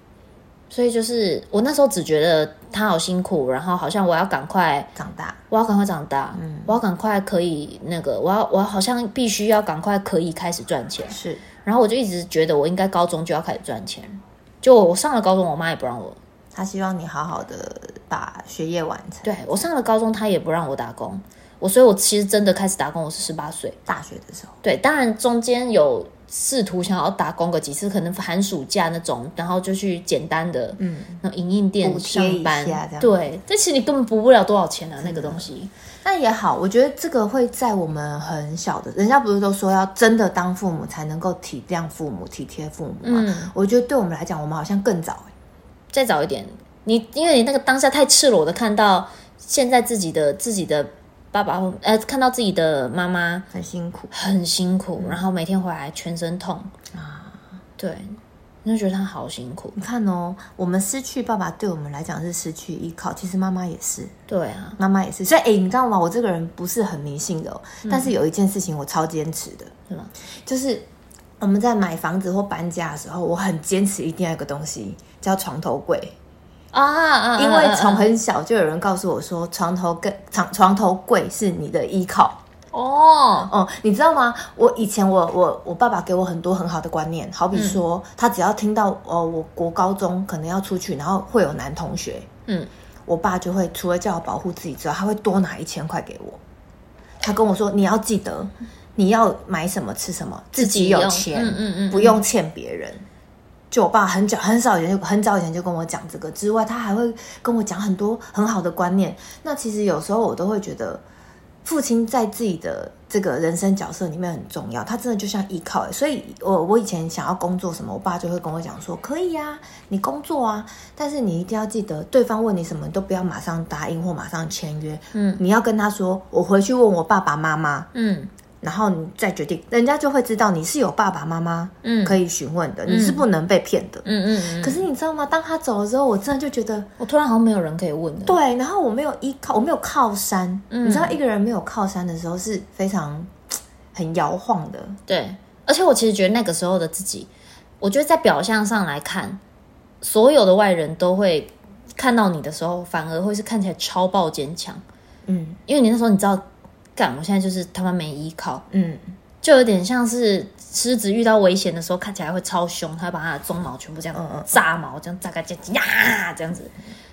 A: 所以就是我那时候只觉得他好辛苦，然后好像我要赶快，
B: 长大，
A: 我要赶快长大，我要赶快可以那个，我要我好像必须要赶快可以开始赚钱。
B: 是
A: 然后我就一直觉得我应该高中就要开始赚钱，就我上了高中，我妈也不让我，
B: 他希望你好好的把学业完成。
A: 对我上了高中，她也不让我打工。我所以，我其实真的开始打工，我是十八岁。
B: 大学的时候，
A: 对，当然中间有试图想要打工个几次，可能寒暑假那种，然后就去简单的
B: 嗯，
A: 那种营印店
B: 补贴
A: 上班
B: 一下这样，
A: 对，但其实你根本补不了多少钱啊，那个东西。
B: 但也好，我觉得这个会在我们很小的，人家不是都说要真的当父母才能够体谅父母、体贴父母嘛？
A: 嗯，
B: 我觉得对我们来讲，我们好像更早、欸、
A: 再早一点，你因为你那个当下太赤裸的看到现在自己的自己的爸爸或，呃，看到自己的妈妈
B: 很辛苦
A: 很辛苦，然后每天回来全身痛，
B: 嗯啊。
A: 对，你就觉得他好辛苦。
B: 你看哦，我们失去爸爸，对我们来讲是失去依靠，其实妈妈也是。
A: 对啊，
B: 妈妈也是，所以哎、诶你知道吗？我这个人不是很迷信的、哦，但是有一件事情我超坚持的，
A: 是吗？
B: 就是我们在买房子或搬家的时候，我很坚持一定要有个东西叫床头柜，
A: 啊啊啊！
B: 因为从
A: 啊
B: 很小就有人告诉我说，床头跟床床头柜是你的依靠。
A: 哦，
B: 哦、你知道吗？我以前我我我爸爸给我很多很好的观念，好比说，他只要听到哦，我国高中可能要出去，然后会有男同学，
A: 嗯，
B: 我爸就会除了叫我保护自己之外，他会多拿一千块给我。他跟我说：“你要记得，你要买什么吃什么，自己有
A: 用
B: 钱，
A: 嗯嗯嗯
B: 不用欠别人。”就我爸很久很少以前就很早以前就跟我讲这个之外，他还会跟我讲很多很好的观念。那其实有时候我都会觉得，父亲在自己的这个人生角色里面很重要，他真的就像依靠欸。所以我我以前想要工作什么，我爸就会跟我讲说：“可以呀、你工作啊，但是你一定要记得，对方问你什么，你都不要马上答应或马上签约。
A: 嗯
B: 你要跟他说，我回去问我爸爸妈妈，
A: 嗯
B: 然后你再决定，人家就会知道你是有爸爸妈妈
A: 嗯，
B: 可
A: 以，
B: 以询问的，你是不能被骗的。
A: 嗯嗯嗯。
B: 可是你知道吗？当他走了之后，我真的就觉得
A: 我突然好像没有人可以问的。
B: 对，然后我没有依靠，我没有靠山。
A: 嗯
B: 你知道，一个人没有靠山的时候是非常很摇晃的。
A: 对，而且我其实觉得那个时候的自己，我觉得在表象上来看，所有的外人都会看到你的时候，反而会是看起来超爆坚强，
B: 嗯
A: 因为你那时候你知道，干，我现在就是他妈没依靠，
B: 嗯，
A: 就有点像是狮子遇到危险的时候，看起来会超凶，它会把它的鬃毛全部这
B: 嗯嗯
A: 样
B: 嗯
A: 炸毛，这样炸开这样呀，这样子，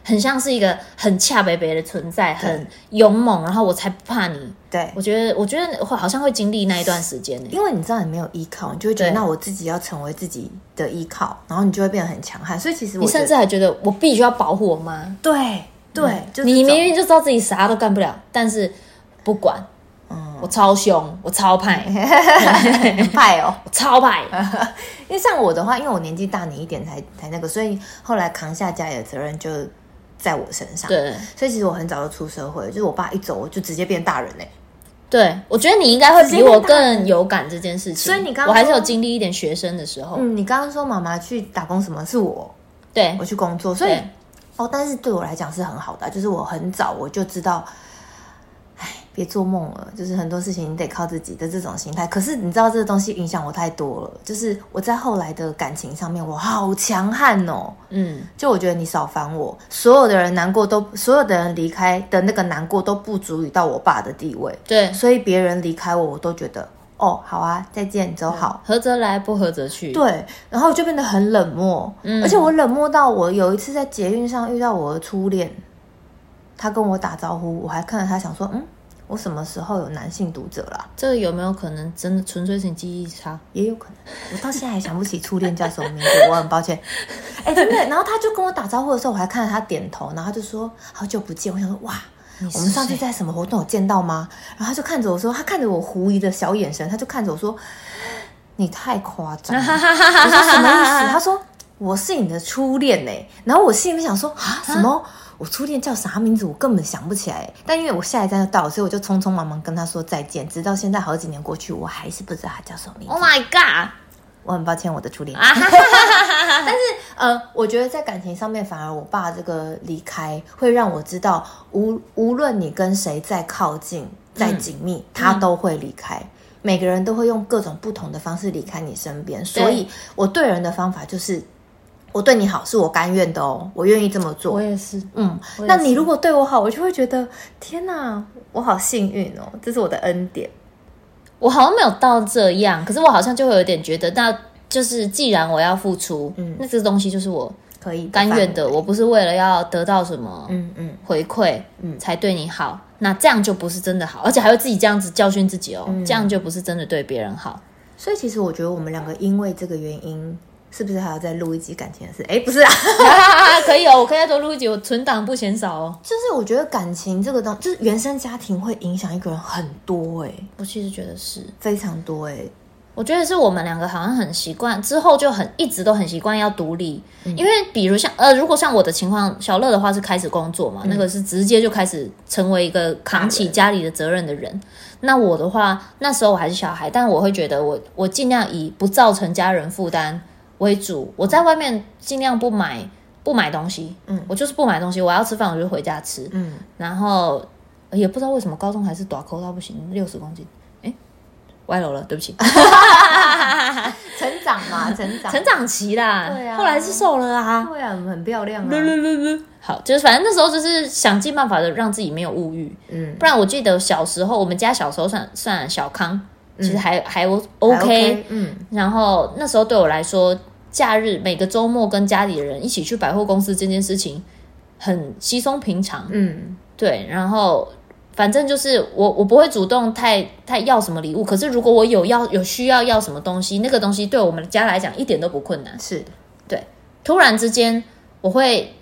A: 很像是一个很恰北北的存在，很勇猛，然后我才不怕你。
B: 对。
A: 我觉得，我觉得会好像会经历那一段时间呢、欸
B: 因为你知道你没有依靠，你就会觉得
A: 对
B: 那我自己要成为自己的依靠，然后你就会变得很强悍。所以其实我
A: 你
B: 觉得
A: 甚至还觉得我必须要保护我妈。嗯
B: 对对，就是
A: 你明
B: 这种
A: 明就知道自己啥都干不了，但是不管，
B: 嗯
A: 我超凶，我超
B: [LAUGHS]
A: 派，
B: 很派哦。
A: 我超派，
B: 因为像我的话，因为我年纪大你一点才才那个，所以后来扛下家里的责任就在我身上。，
A: 对
B: 所以其实我很早就出社会，就是我爸一走，我就直接变大人嘞、
A: 对，我觉得你应该会比我
B: 时间很
A: 更有感这件事情。
B: 所以你刚刚
A: 我还是有
B: 说
A: 经历一点学生的时候，
B: 嗯，你刚刚说妈妈去打工什么，是我
A: 对
B: 我去工作，所以
A: 对
B: 哦，但是对我来讲是很好的啊，就是我很早我就知道，哎，别做梦了，就是很多事情你得靠自己的这种心态。可是你知道这个东西影响我太多了，就是我在后来的感情上面，我好强悍哦。
A: 嗯，
B: 就我觉得你少烦我，所有的人难过都，所有的人离开的那个难过都不足以到我爸的地位，
A: 对，
B: 所以别人离开我，我都觉得哦，好啊，再见，走好。
A: 合则来，不合则去。，
B: 对，然后就变得很冷漠，
A: 嗯
B: 而且我冷漠到我有一次在捷运上遇到我的初恋，他跟我打招呼，我还看着他想说，嗯，我什么时候有男性读者啦？
A: 这个有没有可能真的纯粹是你记忆差？
B: 也有可能，我到现在还想不起初恋叫什么名字，我很抱歉。哎、真的，然后他就跟我打招呼的时候，我还看着他点头，然后他就说好久不见，我想说哇。我们上次在什么活动有见到吗？然后他就看着我说，他看着我狐疑的小眼神，他就看着我说：“ [GASPS] 你太夸
A: [LAUGHS]
B: 张了。”我说什么意思？他说我是你的初恋呢、欸然后我心里面想说啊什么？我初恋叫啥名字？我根本想不起来、欸但因为我下一站就到了，所以我就匆匆忙忙跟他说再见。直到现在好几年过去，我还是不知道他叫什么名字。
A: ？Oh my god！
B: 我很抱歉，我的初恋。
A: 啊哈哈哈哈哈哈！
B: 呃，我觉得在感情上面，反而我爸这个离开会让我知道，无无论你跟谁再靠
A: 嗯
B: 近、再紧密，他都会离开。每个人都会用各种不同的方式离开你身边，所以我对人的方法就是我对你好是我甘愿的哦， [LAUGHS] 我愿意这么做
A: 我。也是，
B: 嗯，
A: 我也
B: 那你
A: 是
B: 如果对我好，我就会觉得天哪，我好幸运哦，这是我的恩典。
A: 我好像没有到这样，可是我好像就会有点觉得，那就是既然我要付出，嗯，那这个东西就是我
B: 可以
A: 甘愿的，，我不是为了要得到什么
B: 嗯嗯
A: 回馈，嗯，才对你好，那这样就不是真的好，而且还会自己这样子教训自己哦，这样就不是真的对别人好。 [LAUGHS]
B: 所以其实我觉得我们两个因为这个原因，是不是还要再录一集感情的事？哎，不是啊， [LAUGHS]
A: 可以哦，我可以再多录一集，我存档不嫌少哦。
B: 就是我觉得感情这个东，就是原生家庭会影响一个人很多哎、
A: 我其实觉得是，
B: 非常多哎、
A: 我觉得是我们两个好像很习惯，之后就很一直都很习惯要独立，因为比如像呃，如果像我的情况，小乐的话是开始工作嘛，那个是直接就开始成为一个扛起家里的责任的人。那我的话，那时候我还是小孩，但我会觉得我我尽量以不造成家人负担为主，我在外面尽量不买不买东西，嗯，我就是不买东西，我要吃饭我就回家吃，
B: 嗯，
A: 然后呃也不知道为什么高中还是短扣到不行，六十公斤，哎，歪楼了，对不起。
B: 成长 [LAUGHS] 嘛，成长，
A: 成长期啦，
B: 对啊
A: 后来是瘦了啊。
B: 对啊，很漂亮啊，
A: 好，就是反正那时候就是想尽办法的让自己没有物欲，
B: 嗯，
A: 不然我记得小时候我们家小时候算算小康，其实还、嗯还
B: 还
A: OK。
B: 嗯，
A: 然后那时候对我来说，假日每个周末跟家里人一起去百货公司这件事情很稀松平常，
B: 嗯，
A: 对，然后反正就是我我不会主动太太要什么礼物，可是如果我有要有需要要什么东西，那个东西对我们家来讲一点都不困难。
B: 是，
A: 突然之间，我会，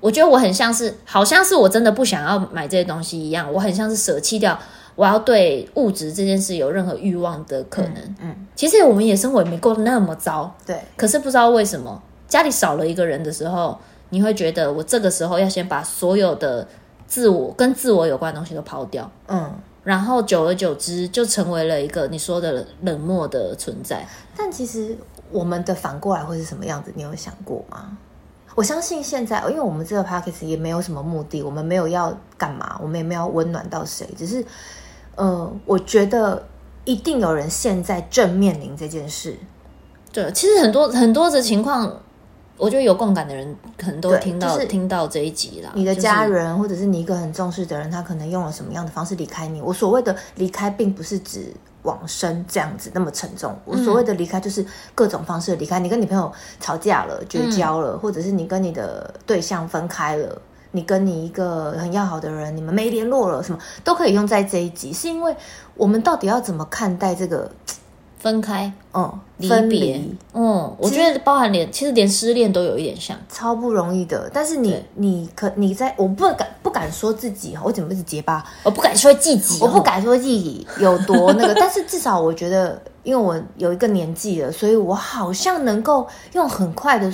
A: 我觉得我很像是，好像是我真的不想要买这些东西一样，我很像是舍弃掉我要对物质这件事有任何欲望的可能。
B: 嗯，
A: 其实我们也生活也没过得那么糟，
B: 对，
A: 可是不知道为什么家里少了一个人的时候，你会觉得我这个时候要先把所有的自我跟自我有关的东西都抛掉，
B: 嗯。
A: 然后久而久之就成为了一个你说的冷漠的存在。
B: 但其实我们的反过来会是什么样子？你有想过吗？我相信现在，因为我们这个 p a c k a g e 也没有什么目的，我们没有要干嘛，我们也没有要温暖到谁，只是，呃，我觉得一定有人现在正面临这件事，
A: 对，其实很多很多的情况，我觉得有共感的人可能都
B: 对
A: 听到、
B: 就是
A: 听到这一集啦。
B: 你的
A: 就是
B: 家人、或者是你一个很重视的人，他可能用了什么样的方式离开你。我所谓的离开，并不是指往生这样子那么沉重。我
A: 嗯
B: 所谓的离开，就是各种方式的离开。你跟你朋友吵架了、绝交
A: 嗯
B: 了，或者是你跟你的对象分开了。你跟你一个很要好的人，你们没联络了，什么都可以用在这一集，是因为我们到底要怎么看待这个
A: 分开
B: 嗯
A: 离
B: 分
A: 别
B: 离，，
A: 嗯，我觉得包含连其实连失恋都有一点像，
B: 超不容易的。但是你
A: 对
B: 你可你在我不敢不敢说自己，我怎么是结巴？
A: 我不敢说自己、
B: 我不，敢说自己有多那个，但是至少我觉得，因为我有一个年纪了，所以我好像能够用很快的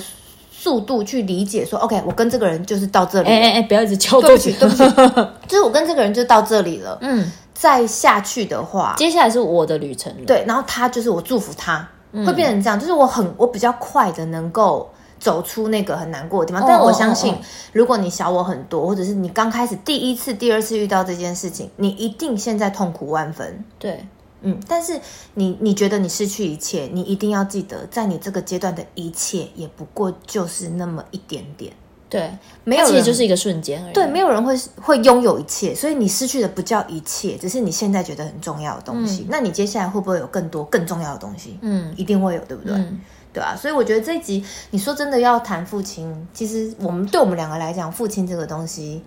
B: 速度去理解说，OK，我跟这个人就是到这里
A: 哎
B: 了，
A: 哎哎，不要一直敲桌
B: 对不起，
A: 子。
B: 对不起，就是我跟这个人就到这里
A: [LAUGHS]
B: 了。
A: 嗯，
B: 再下去的话，
A: 接下来是我的旅程了。，
B: 对，然后他就是我祝福他，
A: 嗯
B: 会变成这样，就是我很我比较快的能够。走出那个很难过的地方，
A: 哦
B: 但我相信，
A: 哦哦
B: 如果你小我很多，或者是你刚开始第一次、第二次遇到这件事情，你一定现在痛苦万分。
A: 对，
B: 嗯，但是你你觉得你失去一切，你一定要记得，在你这个阶段的一切也不过就是那么一点点，
A: 对，
B: 没
A: 它
B: 有
A: 其实
B: 人
A: 就是一个瞬间而已。
B: 对，没有人会会拥有一切，所以你失去的不叫一切，只是你现在觉得很重要的东西。那你接下来会不会有更多更重要的东西？
A: 嗯
B: 一定会有，对不对？
A: 嗯，
B: 对啊，所以我觉得这一集你说真的要谈父亲，其实我们对我们两个来讲，父亲这个东西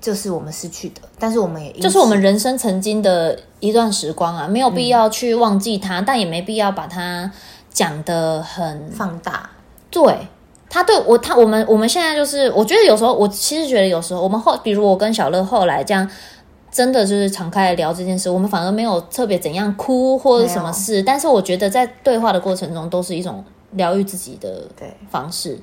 B: 就是我们失去的，但是我们也因
A: 就是我们
B: 此
A: 人生曾经的一段时光啊，没有
B: 嗯
A: 必要去忘记它，但也没必要把它讲的很
B: 放大，
A: 对他对我，他我们我们现在就是，我觉得有时候我其实觉得有时候我们后，比如我跟小乐后来这样，真的就是敞开来聊这件事，我们反而没有特别怎样哭或者什么事，但是我觉得在对话的过程中都是一种疗愈自己的
B: 对，
A: 方式。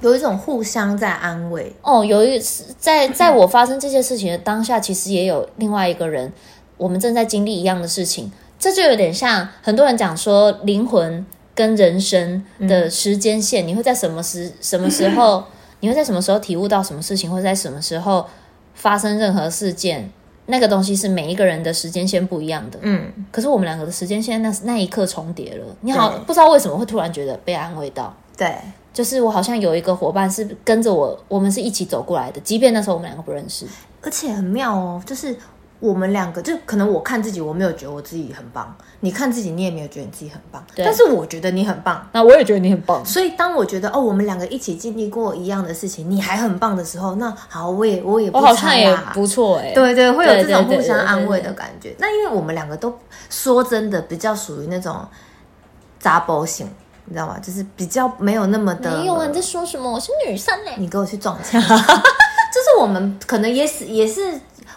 B: 有一种互相在安慰。
A: 哦，由于在在我发生这些事情的当下，其实也有另外一个人，我们正在经历一样的事情，这就有点像很多人讲说灵魂跟人生
B: 嗯
A: 的时间线，你会在什么时什么时候，你会在什么时候体悟到什么事情，或者在什么时候发生任何事件，那个东西是每一个人的时间线不一样的。
B: 嗯，
A: 可是我们两个的时间线那那一刻重叠了，你好
B: 对
A: 不知道为什么会突然觉得被安慰到。
B: 对，
A: 就是我好像有一个伙伴是跟着我，我们是一起走过来的，即便那时候我们两个不认识。
B: 而且很妙哦，就是我们两个，就可能我看自己，我没有觉得我自己很棒，你看自己，你也没有觉得你自己很棒，
A: 对
B: 但是我觉得你很棒。
A: 那我也觉得你很
B: [LAUGHS]
A: 棒，
B: 所以当我觉得哦，我们两个一起经历过一样的事情，你还很棒的时候，那好，我也我也不
A: 我好像
B: 差
A: 也
B: 啦
A: 不错哎、
B: 对对，会有
A: 对
B: 这种
A: 对
B: 互相
A: 对对
B: 安慰
A: 对
B: 的感觉。那因为我们两个都说真的比较属于那种杂包型，你知道吗？就是比较没有那么的。
A: 没有啊，你在说什么？我是女生哎、
B: 你给我去撞墙！就是我们可能也是也是，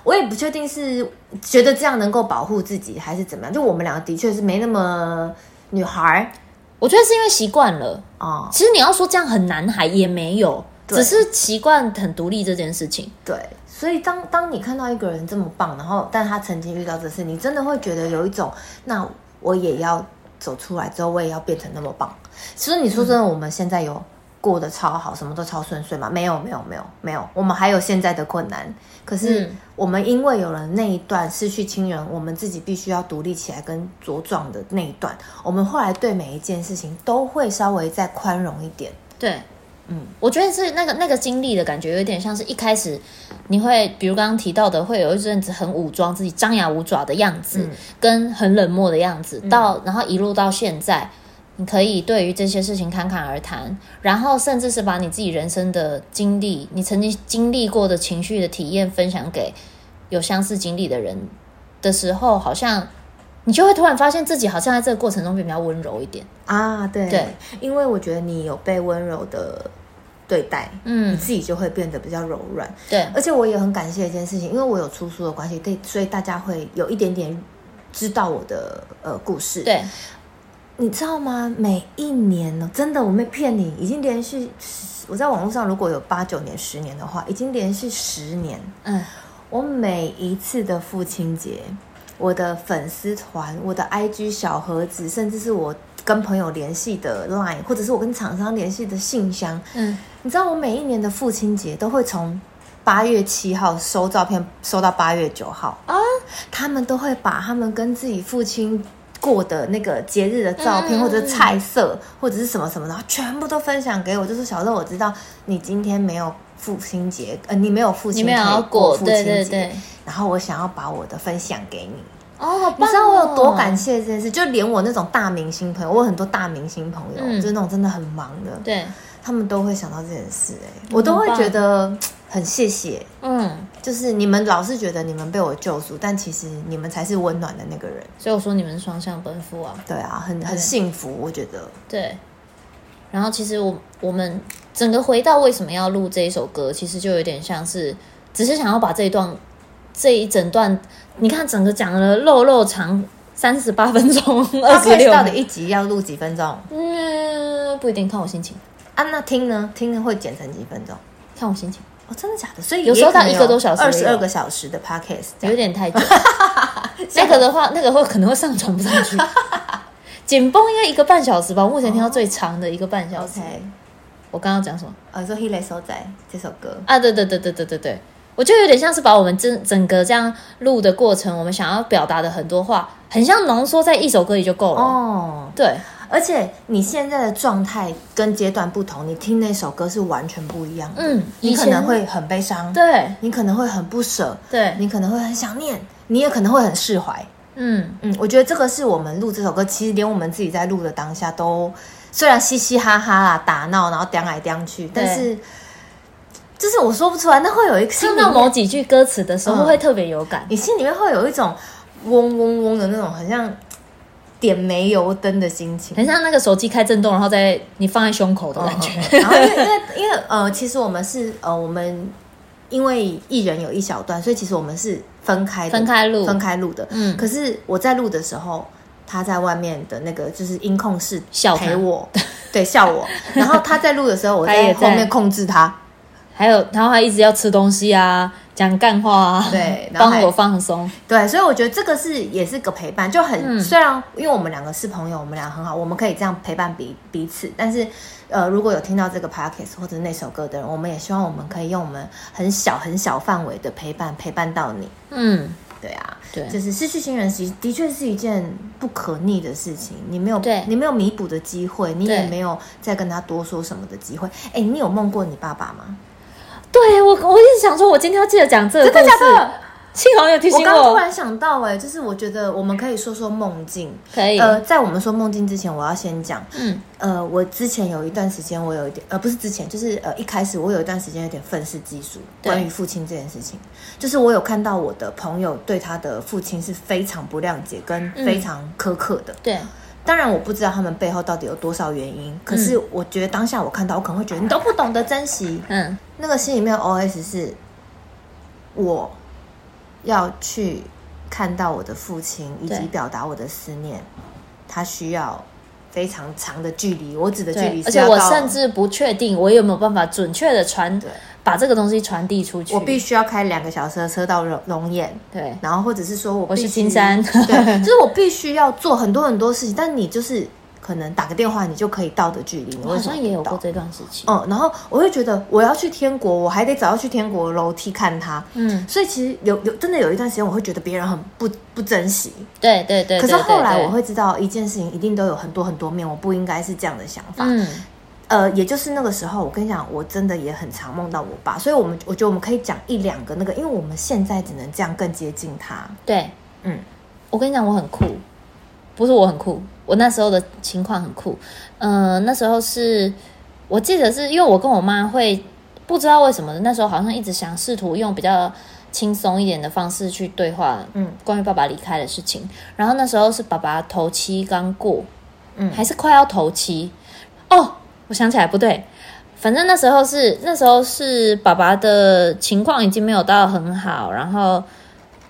B: 我也不确定是觉得这样能够保护自己还是怎么样。就我们两个的确是没那么女孩儿
A: 我觉得是因为习惯了。
B: 哦，
A: 其实你要说这样很男孩也没有，
B: 对
A: 只是习惯很独立这件事情。
B: 对。所以当当你看到一个人这么棒，然后但他曾经遇到这事，你真的会觉得有一种，那我也要走出来之后，我也要变成那么棒。其实你说真的，我们现在有过得超好，什么都超顺遂嘛？没有，没有，没有，没有，我们还有现在的困难。可是
A: 嗯
B: 我们因为有了那一段失去亲人，我们自己必须要独立起来跟茁壮的那一段，我们后来对每一件事情都会稍微再宽容一点。
A: 对，
B: 嗯，
A: 我觉得是那个那个经历的感觉，有点像是一开始你会，比如刚刚提到的，会有一阵子很武装自己、张牙舞爪的样子，
B: 嗯
A: 跟很冷漠的样子，到然后一路到现在，你可以对于这些事情侃侃而谈，然后甚至是把你自己人生的经历、你曾经经历过的情绪的体验分享给有相似经历的人的时候，好像你就会突然发现自己好像在这个过程中变得比较温柔一点。
B: 啊，对
A: 对，
B: 因为我觉得你有被温柔的对待，你
A: 嗯，
B: 自己就会变得比较柔软。
A: 对，
B: 而且我也很感谢一件事情，因为我有出书的关系，对，所以大家会有一点点知道我的呃故事。，
A: 对，
B: 你知道吗？每一年呢，真的我没骗你，已经连续十我在网络上如果有八九年、十年的话，已经连续十年，
A: 嗯，
B: 我每一次的父亲节，我的粉丝团、我的 IG 小盒子，甚至是我跟朋友联系的 Line，或者是我跟厂商联系的信箱，
A: 嗯，
B: 你知道我每一年的父亲节都会从八月七号收照片，收到八月九号啊，他们都会把他们跟自己父亲。过的那个节日的照片，
A: 嗯
B: 或者是菜色，或者是什么什么的，然后全部都分享给我。就说小乐，我知道你今天没有父亲节，呃，你没有父
A: 你
B: 亲，
A: 们也
B: 可以
A: 要
B: 过
A: 过，
B: 父亲
A: 对对
B: 节，
A: 对。
B: 然后我想要把我的分享给你。
A: 哦，好棒哦
B: 你知道我有多感？谢这件事？就连我那种大明星朋友，我有很多大明星朋友，
A: 嗯
B: 就是那种真的很忙的，
A: 对，
B: 他们都会想到这件事、哎，
A: 嗯
B: 我都会觉得嘖很谢谢。
A: 嗯，
B: 就是你们老是觉得你们被我救赎，但其实你们才是温暖的那个人。
A: 所以我说你们双向奔赴啊，
B: 对啊，很很
A: 对
B: 幸福，我觉得。
A: 对。然后其实我我们整个回到为什么要录这一首歌，其实就有点像是，只是想要把这一段这一整段，你看整个讲了肉肉长三十八分钟，二十
B: Podcast
A: 六
B: 到底一集要录几分钟啊？
A: 嗯，不一定，看我心情，
B: 那听呢？听呢会剪成几分钟？
A: 看我心情，
B: 哦，真的假的？所以
A: 有时候到一个多小时
B: 二
A: 也
B: 十
A: 有
B: 二个小时啊的 podcast 这样
A: 有点太久。那个的话，那个会可能会上传不上去。 [LAUGHS] 紧绷应该一个半小时吧，我目前听到最长的一个半小时。
B: OK，
A: 我刚刚讲什么？
B: 呃，说《He l e 收仔》这首歌，
A: 啊，对对对对对对对，我觉得有点像是把我们整整个这样录的过程，我们想要表达的很多话，很像浓缩在一首歌里就够了。
B: 哦，
A: 对，
B: 而且你现在的状态跟阶段不同，你听那首歌是完全不一样的。
A: 嗯，
B: 你
A: 以
B: 可
A: 前
B: 能会很悲伤，
A: 对
B: 你可能会很不舍，
A: 对，
B: 你可能会很想念，你也可能会很释怀。
A: 嗯，
B: 嗯，我觉得这个是我们录这首歌，其实连我们自己在录的当下都，虽然嘻嘻哈哈啊、打闹，然后颠来颠去，但是就是我说不出来，那会有一个心
A: 听
B: 里
A: 到
B: 面
A: 某几句歌词的时候
B: 嗯
A: 会特别有感。
B: 你心里面会有一种嗡嗡嗡的那种，很像点煤油灯的心情。嗯
A: 很像那个手机开震动，然后在你放在胸口的感觉。
B: 然后因为因为因为呃，其实我们是呃，我们因为一人有一小段，所以其实我们是分开的
A: 分开录
B: 分开录的。
A: 嗯
B: 可是我在录的时候，他在外面的那个就是音控室
A: 笑他
B: 陪我， [LAUGHS] 对笑我。然后他在录的
A: [LAUGHS]
B: 时候，我
A: 他也
B: 在
A: 在
B: 后面控制他。
A: 还有，然后还一直要吃东西啊，讲干话啊，
B: 对然
A: 帮
B: 后还
A: 我放松。
B: 对，所以我觉得这个是也是个陪伴，就很、
A: 嗯
B: 虽然因为我们两个是朋友，我们俩很好，我们可以这样陪伴彼彼此。但是，呃，如果有听到这个 podcast 或者那首歌的人，我们也希望我们可以用我们很小很小范围的陪伴陪伴到你。
A: 嗯，
B: 对啊，
A: 对
B: 就是失去亲人，其实的确是一件不可逆的事情。你没有，
A: 对
B: 你没有弥补的机会，你也
A: 对
B: 没有再跟他多说什么的机会。哎，你有梦过你爸爸吗？
A: 对我，我一直想说，我今天要记得讲这个故
B: 真
A: 事
B: 的。假的？
A: 幸好有提
B: 我
A: 醒
B: 刚刚突
A: 我，
B: 然想到、哎，就是我觉得我们可以说说梦境。
A: 可以，
B: 呃，在我们说梦境之前，我要先讲，
A: 嗯，
B: 呃，我之前有一段时间，我有一点，呃，不是之前，就是呃，一开始我有一段时间有点愤世嫉俗，
A: 对
B: 关于父亲这件事情，就是我有看到我的朋友对他的父亲是非常不谅解跟
A: 嗯
B: 非常苛刻的。
A: 对，
B: 当然，我不知道他们背后到底有多少原
A: 嗯
B: 因，可是我觉得当下我看到，我可能会觉得你都不懂得珍惜，
A: 嗯，
B: 那个心里面的 OS 是，我要去看到我的父亲，以及
A: 对
B: 表达我的思念，他需要非常长的距离。我指的距
A: 对
B: 离，
A: 而
B: 是
A: 且
B: 要到，
A: 我甚至不确定我有没有办法准确的传
B: 对，
A: 把这个东西传递出去。
B: 我必须要开两个小时的车到龙龙眼，
A: 对，
B: 然后或者是说我
A: 我
B: 必
A: 是
B: 须
A: 金山
B: 对，就是我必须要做很多很多事情，但你就是可能打个电话你就可以到的距离，你
A: 我好
B: 为什么
A: 像也有
B: 不到
A: 过这段时期。
B: 嗯，然后我会觉得我要去天国，我还得找要去天国的楼梯看他。
A: 嗯，
B: 所以其实有有真的有一段时间，我会觉得别人很不不珍惜。
A: 对对对。
B: 可是
A: 对
B: 后来
A: 对
B: 我会知道，一件事情一定都有很多很多面，我不应该是这样的想法。
A: 嗯，
B: 呃，也就是那个时候，我跟你讲，我真的也很常梦到我爸，所以我们我觉得我们可以讲一两个那个，因为我们现在只能这样更接近他。
A: 对，
B: 嗯，
A: 我跟你讲，我很酷，不是我很酷，我那时候的情况很酷。嗯，那时候是我记得是因为我跟我妈会不知道为什么，那时候好像一直想试图用比较轻松一点的方式去对话，
B: 嗯，
A: 关于爸爸离开的事情。然后那时候是爸爸头七刚过，
B: 嗯
A: 还是快要头七哦，我想起来不对。反正那时候是那时候是爸爸的情况已经没有到很好，然后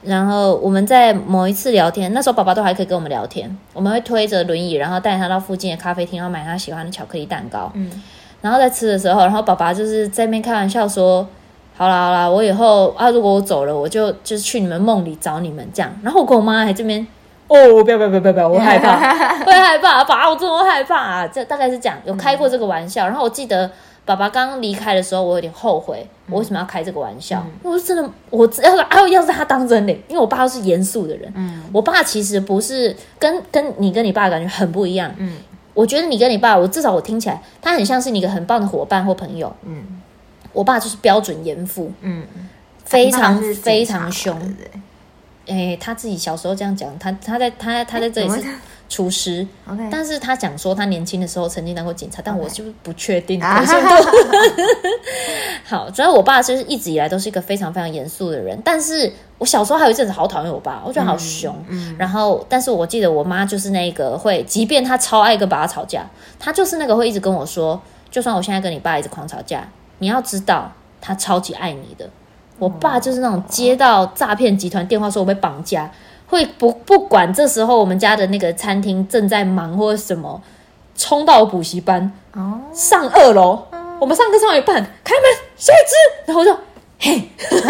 A: 然后我们在某一次聊天，那时候爸爸都还可以跟我们聊天，我们会推着轮椅，然后带他到附近的咖啡厅，然后买他喜欢的巧克力蛋糕。
B: 嗯，
A: 然后在吃的时候，然后爸爸就是在那边开玩笑说：“好啦好啦，我以后啊，如果我走了，我就就是去你们梦里找你们这样。”然后我跟我妈还这边。哦，不要不要不要不要不要！我害怕，我也害怕，爸，我真的会害怕、啊。这大概是这样，有开过这个玩笑。然后我记得爸爸刚离开的时候，我有点后悔，我为什么要开这个玩笑？因为我是真的，我只要是啊，要是他当真的，因为我爸是严肃的人，嗯，我爸其实不是跟跟你跟你爸感觉很不一样，
B: 嗯
A: 我觉得你跟你爸，我至少我听起来，他很像是你一个很棒的伙伴或朋友。
B: 嗯
A: 我爸就是标准严父，
B: 嗯，
A: 非常
B: 爸爸是警察
A: 非常凶。
B: 对对对
A: 诶、他自己小时候这样讲，他他在他他在这里
B: 有没
A: 是
B: 有
A: 厨师，
B: OK，啊
A: 但是他讲说他年轻的时候曾经当过警察，但我
B: OK
A: 是不是不确定
B: 啊
A: [LAUGHS] 可信度。 [LAUGHS] 好，主要我爸就是一直以来都是一个非常非常严肃的人，但是我小时候还有一阵子好讨厌我爸，我觉得好凶。
B: 嗯
A: 然后，但是我记得我妈就是那个会，即便她超爱跟爸爸吵架，她就是那个会一直跟我说，就算我现在跟你爸一直狂吵架，你要知道他超级爱你的。我爸就是那种接到诈骗集团电话说我被绑架，会不不管这时候我们家的那个餐厅正在忙或者什么，冲到我补习班
B: [LAUGHS] 哦，
A: 上二楼，我们上课上到一半开门下一只，然后我就嘿。 [LAUGHS]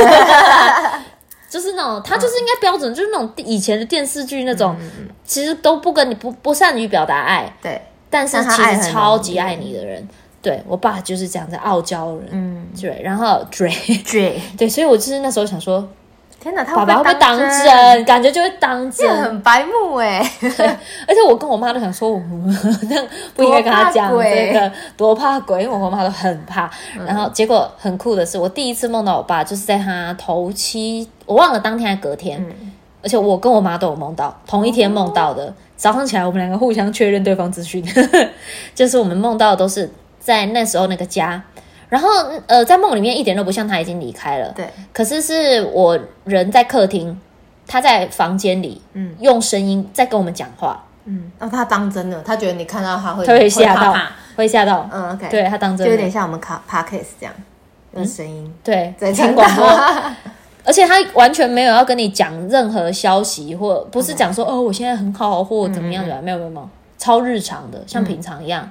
A: 就是那种，他就是应该标准，就是那种以前的电视剧那种，
B: 嗯
A: 其实都不跟你不不善于表达爱，
B: 对，
A: 但是
B: 但他
A: 其
B: 爱
A: 实
B: 很
A: 超
B: 浓
A: 级
B: 烈
A: 爱你的人。对我爸就是这样子傲娇的人，
B: 嗯
A: 对，然后对
B: 对，
A: [LAUGHS] 对，所以我就是那时候想说，
B: 天哪，他
A: 爸爸会不会
B: 当
A: 当真？感觉就会当
B: 这
A: 真，
B: 很白目哎、
A: 而且我跟我妈都想说，我 [LAUGHS] 们不应该跟她讲
B: 多怕鬼嗯
A: 这个，多怕鬼，因为我和妈都很怕。然后结果很酷的是，我第一次梦到我爸，就是在他头七，我忘了当天还隔天，
B: 嗯
A: 而且我跟我妈都有梦到，同一天梦到的。
B: 哦
A: 早上起来，我们两个互相确认对方资讯， [LAUGHS] 就是我们梦到的都是在那时候那个家。然后，呃，在梦里面一点都不像他已经离开了，
B: 对，
A: 可是是我人在客厅，他在房间里，
B: 嗯
A: 用声音在跟我们讲话，
B: 嗯，哦，他当真了，他觉得你看到他会
A: 他会吓到
B: 怕怕，
A: 会吓到，
B: 嗯，OK，
A: 对，他当
B: 就
A: 真
B: 有
A: 的
B: 点，像我们卡 podcast 这样，有声音
A: 对，
B: 在
A: 听
B: 听
A: 广
B: 广
A: 播，
B: 播，
A: [LAUGHS] 而且他完全没有要跟你讲任何消息，或不是讲说
B: 嗯
A: 哦，我现在很好或怎么样怎么样，没有没有没有，超日常的，像平常一样。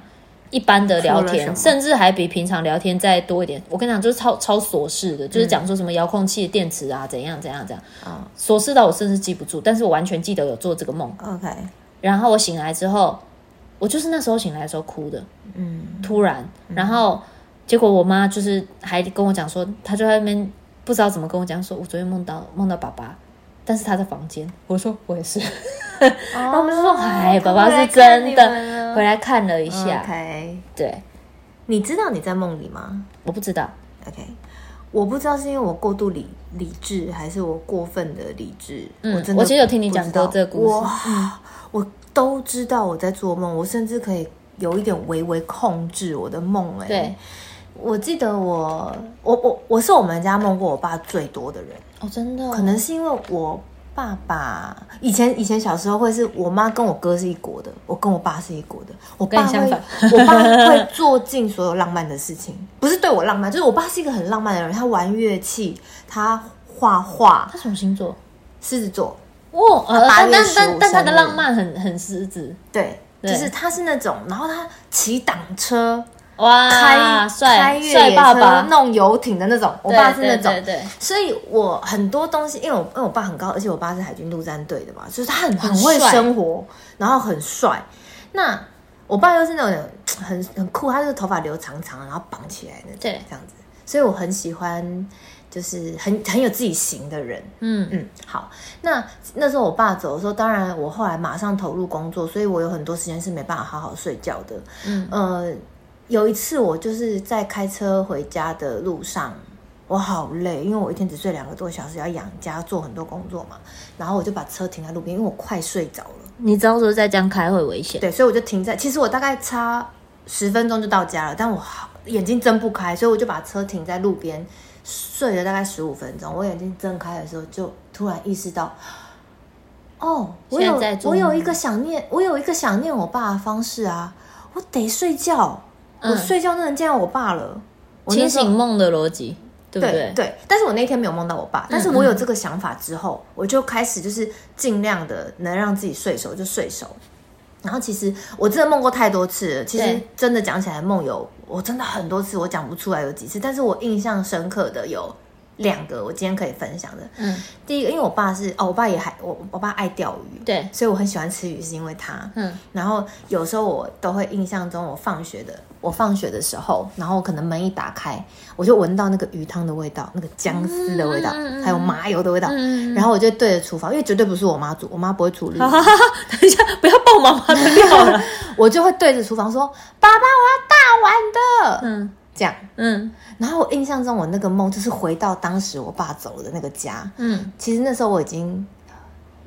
A: 一般的聊
B: 嗯说了什
A: 天，
B: 么
A: 甚至还比平常聊天再多一点。我跟你讲，就是超超琐事的，就是讲说什么遥控器的电池啊，怎样怎样怎样，
B: 嗯
A: 琐事到我甚至记不住，但是我完全记得有做这个梦。
B: ，OK，
A: 然后我醒来之后，我就是那时候醒来的时候哭的，
B: 嗯，
A: 突然，然后结果我妈就是还跟我讲说，她就在那边不知道怎么跟我讲说，我昨天梦到梦到爸爸，但是他在房间。我说我也是，
B: 然
A: 然后我们就说，哎，
B: 宝
A: 宝
B: 宝
A: 宝是真的 [LAUGHS] 回
B: 哦来
A: 来看了一
B: 看你们了
A: 下，
B: OK，
A: 对，
B: 你知道你在梦里吗
A: 我不知道，
B: ？OK，我不知道是因为我过度理理智，还是我过分的理智。
A: 嗯
B: 我真的
A: 我其实有听你讲过
B: 不
A: 这
B: 知道
A: 个故事嗯
B: 哇，我都知道我在做梦，我甚至可以有一点微微控制我的梦、哎，
A: 对，，
B: 我记得我我我我是我们家梦过我爸最多的人。
A: 哦，真的哦，
B: 可能是因为我爸爸以前以前小时候会是我妈跟我哥是一国的，我跟我爸是一国的。我
A: 跟
B: 爸
A: 你相
B: 会
A: 反
B: 我爸会做尽所有浪漫的事情，不是对我浪漫，就是我爸是一个很浪漫的人，他玩乐器，他画画，
A: 他什么星座？
B: 狮子座，
A: 哦，呃
B: 他
A: 但
B: 8月
A: 但
B: 15
A: 但但他的
B: 生日
A: 浪漫很很狮子，
B: 对，
A: 对
B: 就是他是那种，然后他骑挡车。
A: 哇，
B: 开开
A: 啊帅
B: 越
A: 帅
B: 野
A: 爸
B: 车、
A: 爸，
B: 弄游艇的那种，我
A: 对
B: 爸是那
A: 对
B: 种
A: 对，对，
B: 所以我很多东西，因为我因为我爸很高，而且我爸是海军陆战队的嘛，就是他很
A: 很
B: 很会
A: 帅
B: 生活，然后很帅。那我爸又是那种很很酷，他就是头发留长长的，然后绑起来那种，
A: 对
B: 这样子。所以我很喜欢，就是很很有自己型的人。
A: 嗯，
B: 嗯，好。那那时候我爸走的时候，当然我后来马上投入工作，所以我有很多时间是没办法好好睡觉的。
A: 嗯，
B: 呃，有一次我就是在开车回家的路上，我好累，因为我一天只睡两个多小时，要养家做很多工作嘛。然后我就把车停在路边，因为我快睡着了。
A: 你到时候再这样开会危险，
B: 对，所以我就停在，其实我大概差十分钟就到家了，但我好眼睛睁不开，所以我就把车停在路边睡了大概十五分钟。我眼睛睁开的时候，就突然意识到，哦，
A: 现
B: 我
A: 在
B: 有
A: 在做
B: 我有
A: 梦
B: 一个想念，我有一个想念我爸的方式啊，我得睡觉，我
A: 嗯
B: 睡觉都能见到我爸了。我那
A: 清
B: 时候
A: 醒梦的逻辑，对嗯不
B: 对对，但是我那天没有梦到我爸，但是我有这个想法之后，我就开始就是尽量的能让自己睡熟就睡熟。然后其实我真的梦过太多次了，其实
A: 对
B: 真的讲起来梦游，我真的很多次我讲不出来有几次，但是我印象深刻的有两个，我今天可以分享的。
A: 嗯，
B: 第一个，因为我爸是哦，我爸也还我我爸爱钓鱼，
A: 对，
B: 所以我很喜欢吃鱼，是因为他。
A: 嗯，
B: 然后有时候我都会印象中，我放学的我放学的时候，然后可能门一打开，我就闻到那个鱼汤的味道，那个姜丝的味道，
A: 嗯嗯嗯
B: 还有麻油的味道。
A: 嗯
B: 然后我就对着厨房，因为绝对不是我妈煮，我妈不会处理，
A: 哈哈哈，等一下，不要爆妈妈的料了，
B: 我就会对着厨房说：“爸爸，我要大碗的。
A: 嗯
B: 这样。
A: 嗯
B: 然后我印象中，我那个梦就是回到当时我爸走的那个家，
A: 嗯，
B: 其实那时候我已经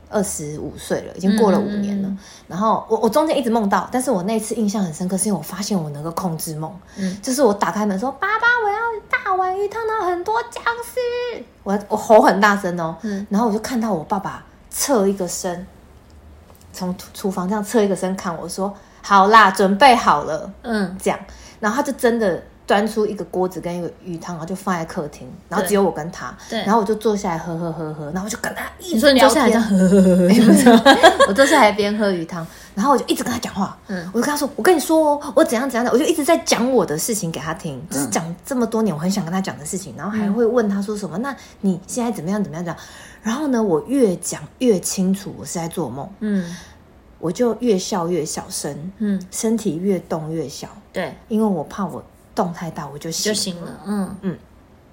B: 呃二十五岁了，已经过了五年了。
A: 嗯
B: 然后我我中间一直梦到，但是我那一次印象很深刻，是因为我发现我能够控制梦。
A: 嗯
B: 就是我打开门说：“爸爸，我要大碗鱼汤，然后很多姜丝。”我我吼很大声哦，
A: 嗯
B: 然后我就看到我爸爸侧一个身，从厨厨房这样侧一个身看我说：“好啦，准备好了。”
A: 嗯，
B: 这样，然后他就真的端出一个锅子跟一个鱼汤，然后就放在客厅，然后只有我跟他，
A: 对
B: 然后我就坐下来喝喝喝喝，然后我就跟他
A: 你
B: 一直
A: 说你
B: 聊
A: 坐下来这
B: 天
A: 样，，呵呵呵呵，
B: [LAUGHS] 我坐下来边喝鱼汤，然后我就一直跟他讲话，
A: 嗯
B: 我就跟他说，我跟你说哦，我怎样怎样的，我就一直在讲我的事情给他听，就是讲这么多年我很想跟他讲的事情，然后还会问他说什么，那你现在怎么样怎么样怎么样，然后呢，我越讲越清楚我是在做梦，
A: 嗯
B: 我就越笑越小声，
A: 嗯，
B: 身体越动越小。
A: 对，
B: 因为我怕我动太大，我就醒。
A: 就行了，嗯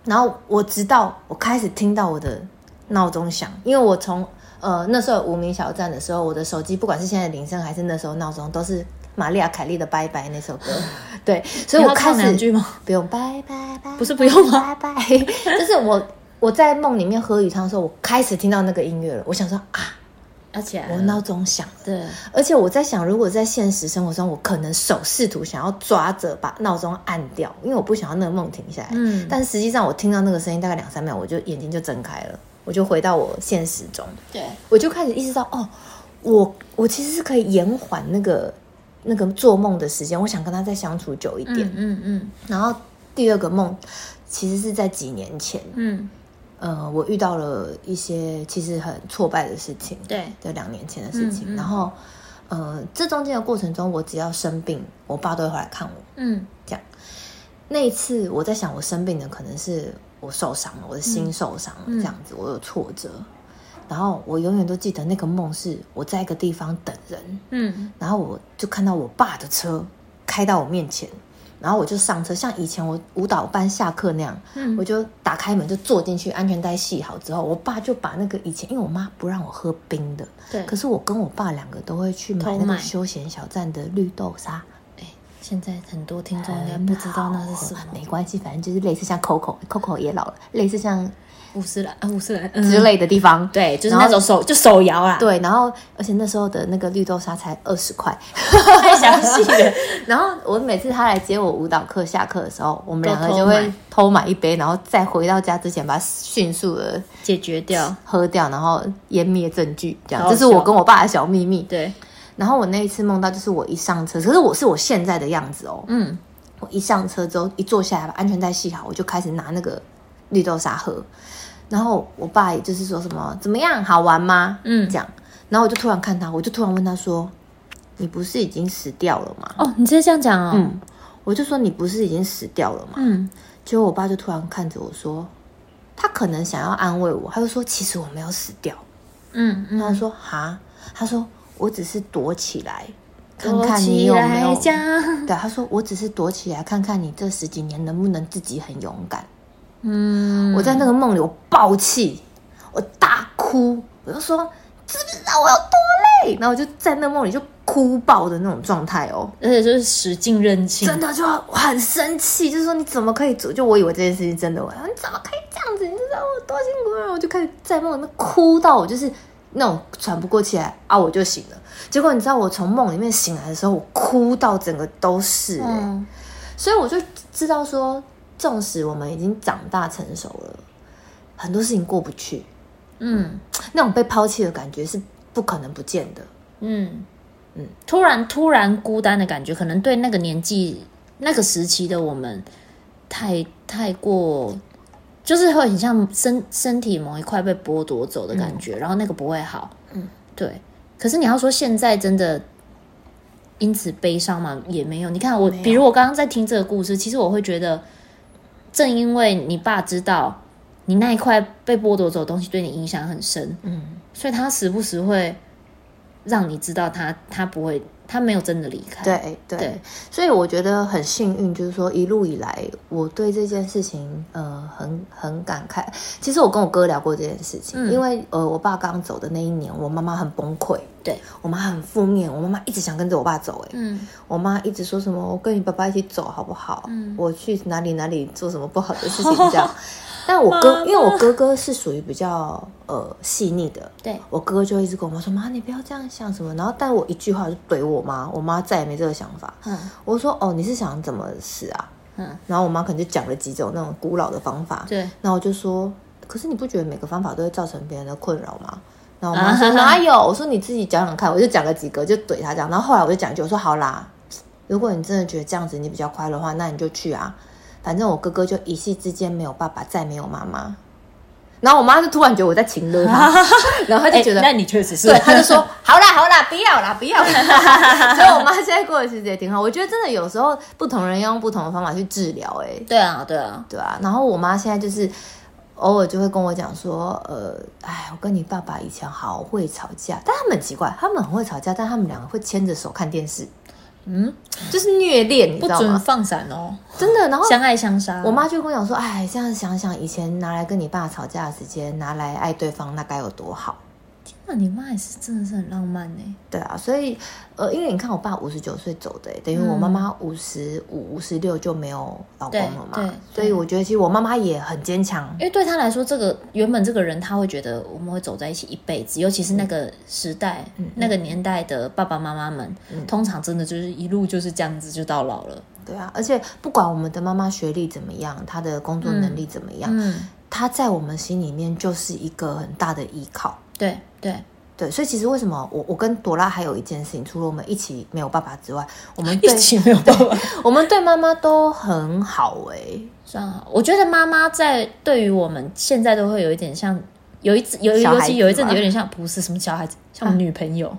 B: 然后我直到我开始听到我的闹钟响，因为我从呃那时候有无名小站的时候，我的手机不管是现在的铃声还是那时候闹钟，都是玛丽亚凯莉的《拜拜》那首
A: [LAUGHS]
B: 歌。对，所以
A: 你
B: 我
A: 要
B: 开
A: 唱两句
B: 始
A: 吗
B: 不用拜 [LAUGHS] 拜拜，
A: 不是不用吗
B: 拜拜，就是我我在梦里面喝鱼汤的时候，我开始听到那个音乐了。我想说啊，
A: 而且
B: 我闹钟响了。
A: 对，
B: 而且我在想，如果在现实生活中，我可能手试图想要抓着把闹钟按掉，因为我不想要那个梦停下来。
A: 嗯
B: 但实际上我听到那个声音大概两三秒，我就眼睛就睁开了，我就回到我现实中，
A: 对，
B: 我就开始意识到，哦，我我其实是可以延缓那个那个做梦的时间，我想跟他再相处久一点。
A: 嗯嗯嗯
B: 然后第二个梦其实是在几年前，
A: 嗯，
B: 呃，我遇到了一些其实很挫败的事情，
A: 对，
B: 对，两年前的事情。
A: 嗯嗯
B: 然后，呃，这中间的过程中，我只要生病，我爸都会回来看我。
A: 嗯
B: 这样，那一次我在想，我生病的可能是我受伤了，我的心受伤了，
A: 嗯
B: 这样子，我有挫折。然后我永远都记得那个梦，是我在一个地方等人，
A: 嗯
B: 然后我就看到我爸的车开到我面前，然后我就上车，像以前我舞蹈班下课那样，
A: 嗯
B: 我就打开门就坐进去，安全带系好之后，我爸就把那个以前，因为我妈不让我喝冰的，
A: 对
B: 可是我跟我爸两个都会去买
A: 偷
B: 那
A: 买
B: 个休闲小站的绿豆沙，哎
A: 现在很多听众应该不知道那是什么，
B: 没关系，反正就是类似像 Coco，Coco 也老了，类似像
A: 五十兰，啊，五十兰、嗯
B: 之类的地方，
A: 对，就是
B: 然后
A: 那种手就手摇啦，
B: 对，然后而且那时候的那个绿豆沙才二十块，
A: 太详细了。
B: [LAUGHS] 然后我每次他来接我舞蹈课下课的时候，我们
A: 都
B: 两个
A: 偷
B: 就
A: 买
B: 会偷买一杯，然后再回到家之前把它迅速的
A: 解决掉，
B: 喝掉，然后湮灭证据，这样
A: 好
B: 这是
A: 笑
B: 我跟我爸的小秘密。
A: 对，
B: 然后我那一次梦到，就是我一上车，可是我是我现在的样子哦，
A: 嗯，
B: 我一上车之后一坐下来把安全带系好，我就开始拿那个绿豆沙喝，然后我爸也就是说什么怎么样好玩吗？
A: 嗯
B: 这样，然后我就突然看他，我就突然问他说：“你不是已经死掉了吗？”
A: 哦，你直接这样讲哦，
B: 嗯，我就说你不是已经死掉了吗？
A: 嗯，
B: 结果我爸就突然看着我说，他可能想要安慰我，他就说其实我没有死掉。
A: 嗯嗯，
B: 他说哈，他说我只是躲起来，看
A: 躲
B: 看
A: 起
B: 你有没
A: 来
B: 有。
A: 这样
B: 对，他说我只是躲起来，看看你这十几年能不能自己很勇敢。
A: 嗯，
B: 我在那个梦里，我爆气，我大哭，我就说知不知道我有多累？然后我就在那梦里就哭爆的那种状态哦。
A: 而且就是使劲认亲，
B: 真的就很生气，就是说你怎么可以做？就我以为这件事情真的，我你怎么可以这样子？你知道我多辛苦啊！我就开始在梦里面哭到我就是那种喘不过气来啊，我就醒了。结果你知道我从梦里面醒来的时候，我哭到整个都是、欸
A: 嗯，
B: 所以我就知道说，纵使我们已经长大成熟了，很多事情过不去，
A: 嗯
B: 那种被抛弃的感觉是不可能不见的。
A: 嗯嗯
B: 嗯，
A: 突然突然孤单的感觉，可能对那个年纪那个时期的我们太太过。就是会很像身身体某一块被剥夺走的感觉，然后那个不会好，
B: 嗯，
A: 对。可是你要说现在真的因此悲伤嘛，也没有。你看我，
B: 没有
A: 比如我刚刚在听这个故事，其实我会觉得，正因为你爸知道你那一块被剥夺走的东西对你影响很深，
B: 嗯，
A: 所以他时不时会让你知道他他不会，他没有真的离开。，
B: 对对
A: 对
B: 所以我觉得很幸运，就是说一路以来，我对这件事情，呃，很很感慨。其实我跟我哥聊过这件事情，
A: 嗯
B: 因为呃，我爸刚走的那一年，我妈妈很崩溃，
A: 对，
B: 我妈很负面，我妈妈一直想跟着我爸走、欸，
A: 嗯
B: 我妈一直说什么，我跟你爸爸一起走好不好？
A: 嗯
B: 我去哪里哪里做什么不好的事情这
A: [LAUGHS]
B: 样。但我哥，因为我哥哥是属于比较呃细腻的，
A: 对，
B: 我哥就一直跟我妈说：“妈，你不要这样想什么。”然后，但我一句话就怼我妈，我妈再也没这个想法。
A: 嗯
B: 我说：“哦，你是想怎么死啊
A: 嗯，？”
B: 然后我妈可能就讲了几种那种古老的方法。
A: 对，
B: 然后我就说：“可是你不觉得每个方法都会造成别人的困扰吗？”然后我妈说：“哪有？”我说：“你自己讲讲看。”我就讲了几个，就怼她这样。然后后来我就讲一句：“我说好啦，如果你真的觉得这样子你比较快乐的话，那你就去啊。反正我哥哥就一夕之间没有爸爸，再没有妈妈。”然后我妈就突然觉得我在情勒她，然后她就觉得、
A: 哎那你确实是，
B: 对，他就 [LAUGHS] 说好啦好啦，不要啦不要啦。 [LAUGHS] 所以我妈现在过的其实也挺好。我觉得真的有时候不同人要用不同的方法去治疗、
A: [LAUGHS]
B: 欸，
A: 对啊对啊，
B: 对啊。然后我妈现在就是偶尔就会跟我讲说，呃，哎，我跟你爸爸以前好会吵架，但他们很奇怪，他们很会吵架，但他们两个会牵着手看电视，
A: 嗯，
B: 就是虐恋，你
A: 不
B: 知道
A: 准
B: 吗？
A: 放闪哦，
B: 真的，然后。
A: 相爱相杀。
B: 我妈就跟我讲说：“哎，这样想想，以前拿来跟你爸吵架的时间，拿来爱对方，那该有多好。”
A: 那你妈也是真的是很浪漫欸呢、
B: 对啊，所以呃，因为你看我爸五十九岁走的欸，等于我妈妈五十五、五十六就没有老公了
A: 嗯对
B: 嘛
A: 对，
B: 所以我觉得其实我妈妈也很坚强。
A: 因为对他来说，这个原本这个人他会觉得我们会走在一起一辈子，尤其是那个时代、
B: 嗯
A: 那个年代的爸爸妈妈们，通常真的就是一路就是这样子就到老了。
B: 对啊，而且不管我们的妈妈学历怎么样，她的工作能力怎么样，
A: 嗯，
B: 她在我们心里面就是一个很大的依靠。
A: 对对，
B: 对，所以其实为什么我我跟朵拉还有一件事情，除了我们一起没有爸爸之外，我
A: [LAUGHS]
B: 们
A: 一
B: 对
A: 起没有办法。
B: 我们对妈妈都很好哎、
A: 算好，我觉得妈妈在对于我们现在都会有一点像，有一次有
B: 小
A: 尤
B: 孩子
A: 其有一阵子
B: 吗
A: 有点像不是什么小孩子，像女朋
B: [LAUGHS]
A: 友，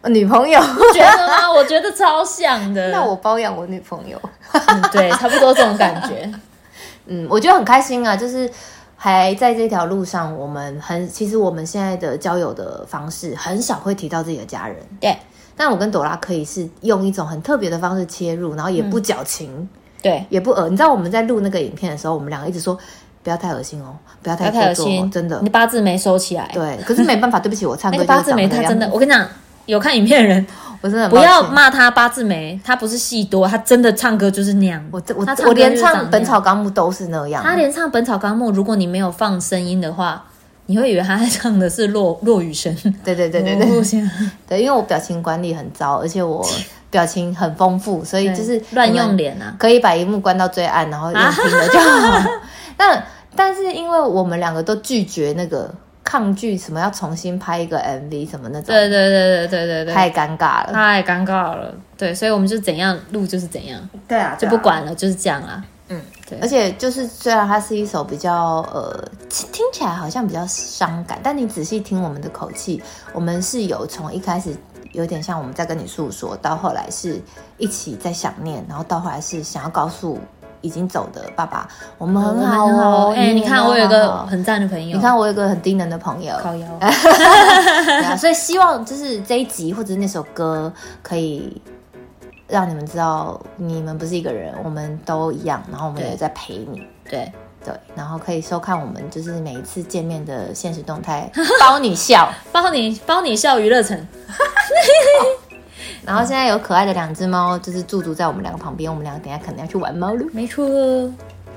B: 呃女朋友。
A: 觉得吗？我觉得超像的。
B: [LAUGHS] 那我包养我女朋友。
A: 嗯对，差不多这种感
B: [LAUGHS]
A: 觉。
B: 嗯，我觉得很开心啊，就是还在这条路上，我们很其实我们现在的交友的方式很少会提到自己的家人，
A: 对嗯
B: 但我跟朵拉可以是用一种很特别的方式切入，然后也不矫情，
A: 对，
B: 也不恶。你知道我们在录那个影片的时候，我们两个一直说不要太恶心哦，不要
A: 不要
B: 太
A: 太恶
B: 做作哦
A: 心，
B: 真的
A: 你。八字没收起来，，
B: 对，可是没办法，对不起，我唱
A: 那
B: 歌
A: 个
B: 就是
A: 八字眉
B: 长
A: 他
B: 那
A: 真的，
B: 样，
A: 我跟你讲，有看影片的人
B: 我真的很
A: 不
B: 抱
A: 要
B: 歉
A: 骂他八字眉，他不是戏多，他真的唱歌就是那样。
B: 我这我
A: 他
B: 我
A: 歌
B: 连
A: 就是
B: 唱
A: 长那
B: 《本
A: 样
B: 草纲目》都是那样，
A: 他连唱《本草纲目》，如果你没有放声音的话，你会以为他在唱的是落落雨声。
B: 对对对对
A: 我
B: 对
A: 不行
B: 对，因为我表情管理很糟，而且我表情很丰富，所以就是
A: 乱
B: 你们
A: 用脸啊。
B: 可以把荧幕关到最暗，然后用听的就好。 [LAUGHS] 那但是因为我们两个都拒绝那个抗拒什么要重新拍一个 MV 什么那种，
A: 对对对对对对对，
B: 太尴尬了。
A: 太尴尬了。对，所以我们就怎样录就是怎样，
B: 对啊，
A: 就不。管了，就是这样啦。
B: 嗯，
A: 对
B: 而且就是虽然它是一首比较呃听听起来好像比较伤感，但你仔细听我们的口气，我们是有从一开始。有点像我们在跟你诉说，到后来是一起在想念，然后到后来是想要告诉已经走的爸爸，我们很好哦。
A: 哎，你
B: 也
A: 看
B: 很
A: 我有一个
B: 好哦
A: 很赞的朋友，
B: 你看我有一个很低能的朋友，
A: 靠腰，
B: 对啊，所以希望就是这一集或者是那首歌可以让你们知道，你们不是一个人，我们都一样，然后我们
A: 对
B: 也在陪你。
A: 对，
B: 对，然后可以收看我们就是每一次见面的现实动态， [LAUGHS] 包你笑。
A: 包你包你笑娱乐城，
B: 然后现在有可爱的两只猫，就是驻足在我们两个旁边，我们两个等一下可能要去玩猫了。
A: 没错。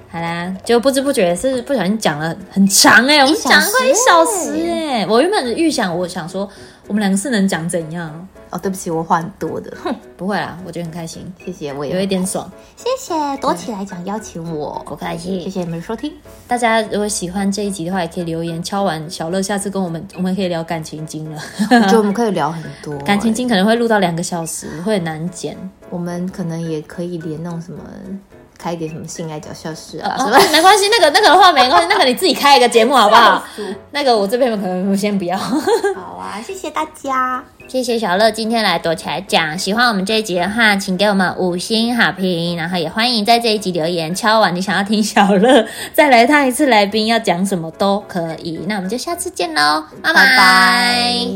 A: 好啦，就不知不觉是不小心讲了很长哎、我们讲了快一
B: 一
A: 小
B: 小
A: 时
B: 时
A: 哎、我原本预想我想说我们两个是能讲怎样，
B: 哦，对不起，我话很多的，哼，
A: 不会啦，我觉得很开心，
B: 谢谢，我
A: 有一
B: 也
A: 点爽，
B: 谢谢躲起来讲邀请我，
A: 不客
B: 谢
A: 气。
B: 谢你们的收听，
A: 大家如果喜欢这一集的话，也可以留言敲完小乐，下次跟我们我们可以聊感情经 [LAUGHS] 了。
B: 我觉得我们可以聊很多、
A: 感情经可能会录到两个小时，会很难剪。
B: 我们可能也可以连那种什么开一点什么性爱角笑
A: [LAUGHS]
B: 事啊，什
A: 哦
B: 么，
A: 没关系，那个那个的话没关系，那个你自己开一个节目好不好？ [LAUGHS] 那个我这边可能先不要。
B: 好啊，谢谢大家，
A: [LAUGHS] 谢谢小乐今天来躲起来讲。喜欢我们这一集的话，请给我们五星好评，然后也欢迎在这一集留言敲完你想要听小乐再来他一次来宾要讲什么都可以。那我们就下次见喽，拜
B: 拜
A: 拜。
B: 拜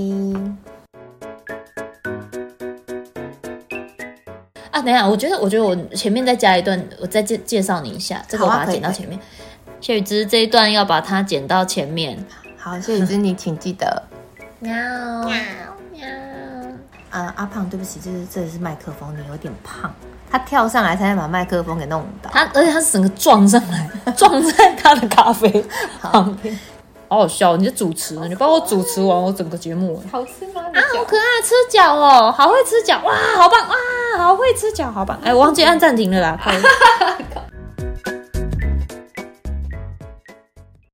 A: 啊，等一下，我觉得，我觉得我前面再加一段，我再介介绍你一下，这个我
B: 好啊
A: 把它
B: 可以
A: 剪到
B: 可以
A: 前面。谢雨之这一段要把它剪到前面。
B: 好，谢雨之，你请记得。
A: 喵喵喵！
B: 啊，阿胖，对不起，就是这里是麦克风，你有点胖。他跳上来，差点把麦克风给弄 [LAUGHS] 倒。
A: 他而且他是整个撞上 [LAUGHS] 来，撞在他的咖啡旁边，好好笑！你是主持人，你帮我主持完我整个节目
B: 好吃吗？
A: 啊，
B: [LAUGHS]
A: 好可爱，吃脚哦，好会吃脚哇，好棒哇，好会吃脚，好棒！哎，我忘记按暂停了啦，快点